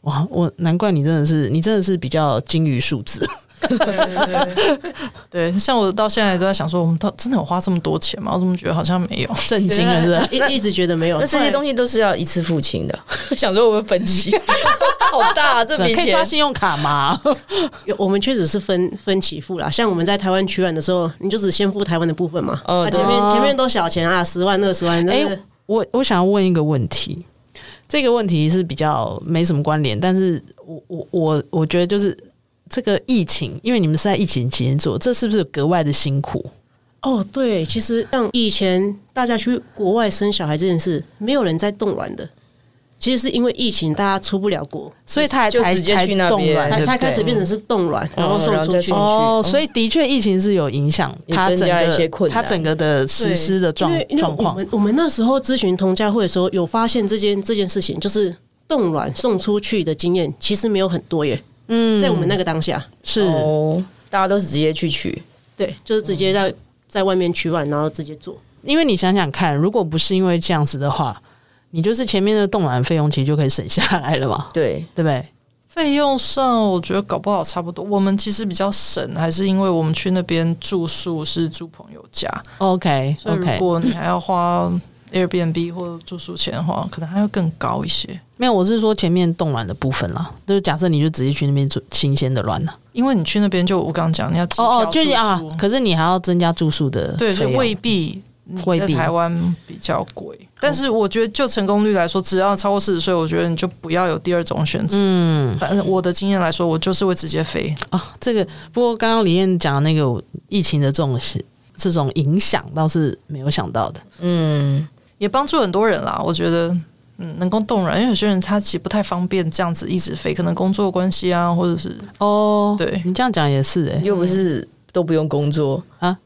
H: 哇，我难怪你真的是，你真的是比较精于数字， <laughs>
G: 对，像我到现在都在想说，我们到真的有花这么多钱吗？我怎么觉得好像没
H: <laughs>
G: 有？
H: 震惊了，是不是？
I: 一一直觉得没有
C: <laughs>
H: 哦
C: 那。这些东西都是要一次付清
H: <laughs>
C: 的。想说我们分期好大啊，这笔
H: 可以
C: 钱
H: 刷信用卡吗？
I: 有我们确实是分分期付啦，像我们在台湾取卵的时候，你就只先付台湾的部分嘛，
C: 哦
I: 啊
C: 对
I: 前面前面都小钱啊，十万二十万，
H: 哎、
I: 那个
H: 我我想要问一个问题，这个问题是比较没什么关联，但是我我我我觉得就是这个疫情，因为你们是在疫情期间做，这是不是格外的辛苦？
I: 哦，对，其实像以前大家去国外生小孩这件事，没有人在冻卵的。其实是因为疫情，大家出不了国，
H: 所以他
C: 就
H: 才
C: 直接
H: 才
C: 去那
H: 动
C: 边
H: 乱，
I: 才
H: 哎对
I: 才
H: 不对嗯
I: 开始变成是冻卵，然后送
C: 然后
I: 出
C: 再
I: 去。
C: 送
H: 哦，
C: 去
H: 所以的确疫情是有影响，
C: 也
H: 它
C: 增
H: 整
C: 加
H: 个
C: 了一些困难
H: 它整个的实
I: 对
H: 施的状
I: 因为因为
H: 状
I: 我
H: 况。
I: 们我们那时候咨询同家会的时候，有发现这件这件事情，就是冻卵送出去的经验其实没有很多耶，
H: 嗯
I: 在我们那个当下，
H: 是、
C: 哦，大家都是直接去取，
I: 对，就是直
H: 嗯
I: 接在在外面取卵，然后直接做。
H: 因为你想想看，如果不是因为这样子的话，你就是前面的动卵费用其实就可以省下来了嘛，
C: 对，
H: 对不对？
G: 费用上，我觉得搞不好差不多。我们其实比较省，还是因为我们去那边住宿是住朋友家，
H: OK
G: 所以如
H: OK，
G: 果你还要花 Airbnb 或住宿钱的话，可能还要更高一些，
H: 没有，我是说前面冻卵的部分啦，就是假设你就直接去那边做新鲜的卵啊了。
G: 因为你去那边就我刚刚讲，你要机
H: 哦
G: 票
H: 哦，就是啊
G: 住宿，
H: 可是你还要增加住宿的啊
G: 对，
H: 费
G: 所以
H: 用
G: 未必
C: 未
G: 在
C: 必
G: 台湾比较贵，
H: 哦
G: 但是我觉得就成功率来说，只要超过四十岁，我觉得你就不要有第二种选择。
H: 嗯，
G: 但是我的经验来说，我就是会直接飞。
H: 哦，这个不过刚刚李燕讲的那个疫情的这种是这种影响倒是没有想到的。
C: 嗯，
G: 也帮助很多人啦。我觉得，嗯，能够动软，因为有些人他其实不太方便这样子一直飞，可能工作关系啊，或者是
H: 哦，
G: 对
H: 你这样讲也是哎、
C: 又不是都不用工作
H: 啊，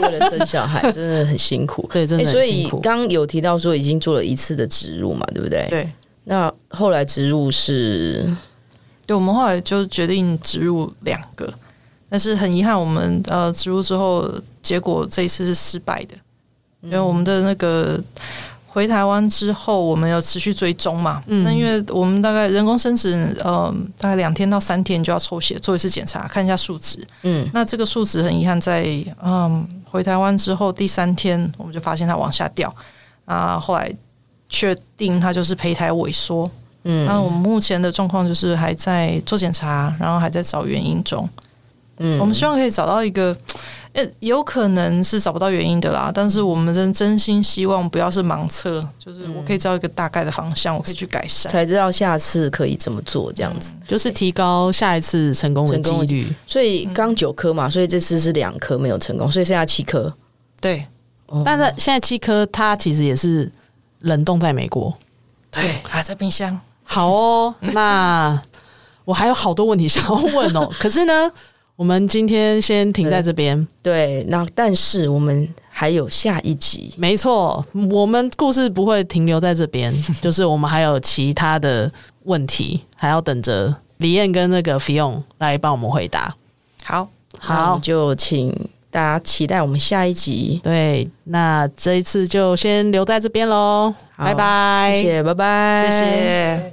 C: 为了生小
H: <laughs>
C: 孩真的很辛苦。
H: 对，真的
C: 诶
H: 很
C: 所
H: 辛
C: 以
H: 苦。
C: 刚有提到说已经做了一次的植入嘛，对不对？。
G: 对。
C: 那后来植入是
G: 对，我们后来就决定植入两个，但是很遗憾，我们呃植入之后，结果这一次是失败的，因为我们的那个回台湾之后，我们有持续追踪嘛，
H: 嗯
G: 那因为我们大概人工生殖，呃，大概两天到三天就要抽血做一次检查，看一下数值，
C: 嗯
G: 那这个数值很遗憾在，嗯回台湾之后第三天，我们就发现它往下掉啊。后来确定它就是胚胎萎缩。
C: 嗯
G: 那我们目前的状况就是还在做检查，然后还在找原因中。
C: 嗯
G: 我们希望可以找到一个，呃，有可能是找不到原因的啦。但是我们真真心希望不要是盲测，就是我
C: 嗯
G: 可以知道一个大概的方向，我可以去改善。
C: 才知道下次可以怎么做这样子。
H: 就是提高下一次成功的
C: 成
H: 几
C: 功的
H: 率，
C: 所以刚九颗嘛，所以这次是两颗没有成功，所以剩下七颗。
G: 对
H: 但是现在七颗它其实也是冷冻在美国。
G: 对，还在冰箱。
H: 好哦，那我还有好多问题想要问哦，可是呢，我们今天先停在这边。
C: 对，那但是我们还有下一集。
H: 没错，我们故事不会停留在这边，就是我们还有其他的问题，还要等着李燕跟那个 Fion 来帮我们回答。
G: 好，
C: 那我
H: 好
C: 们，就请大家期待我们下一集。
H: 对，那这一次就先留在这边喽，
C: 好
H: 拜拜，
C: 谢谢，拜拜，
G: 谢谢。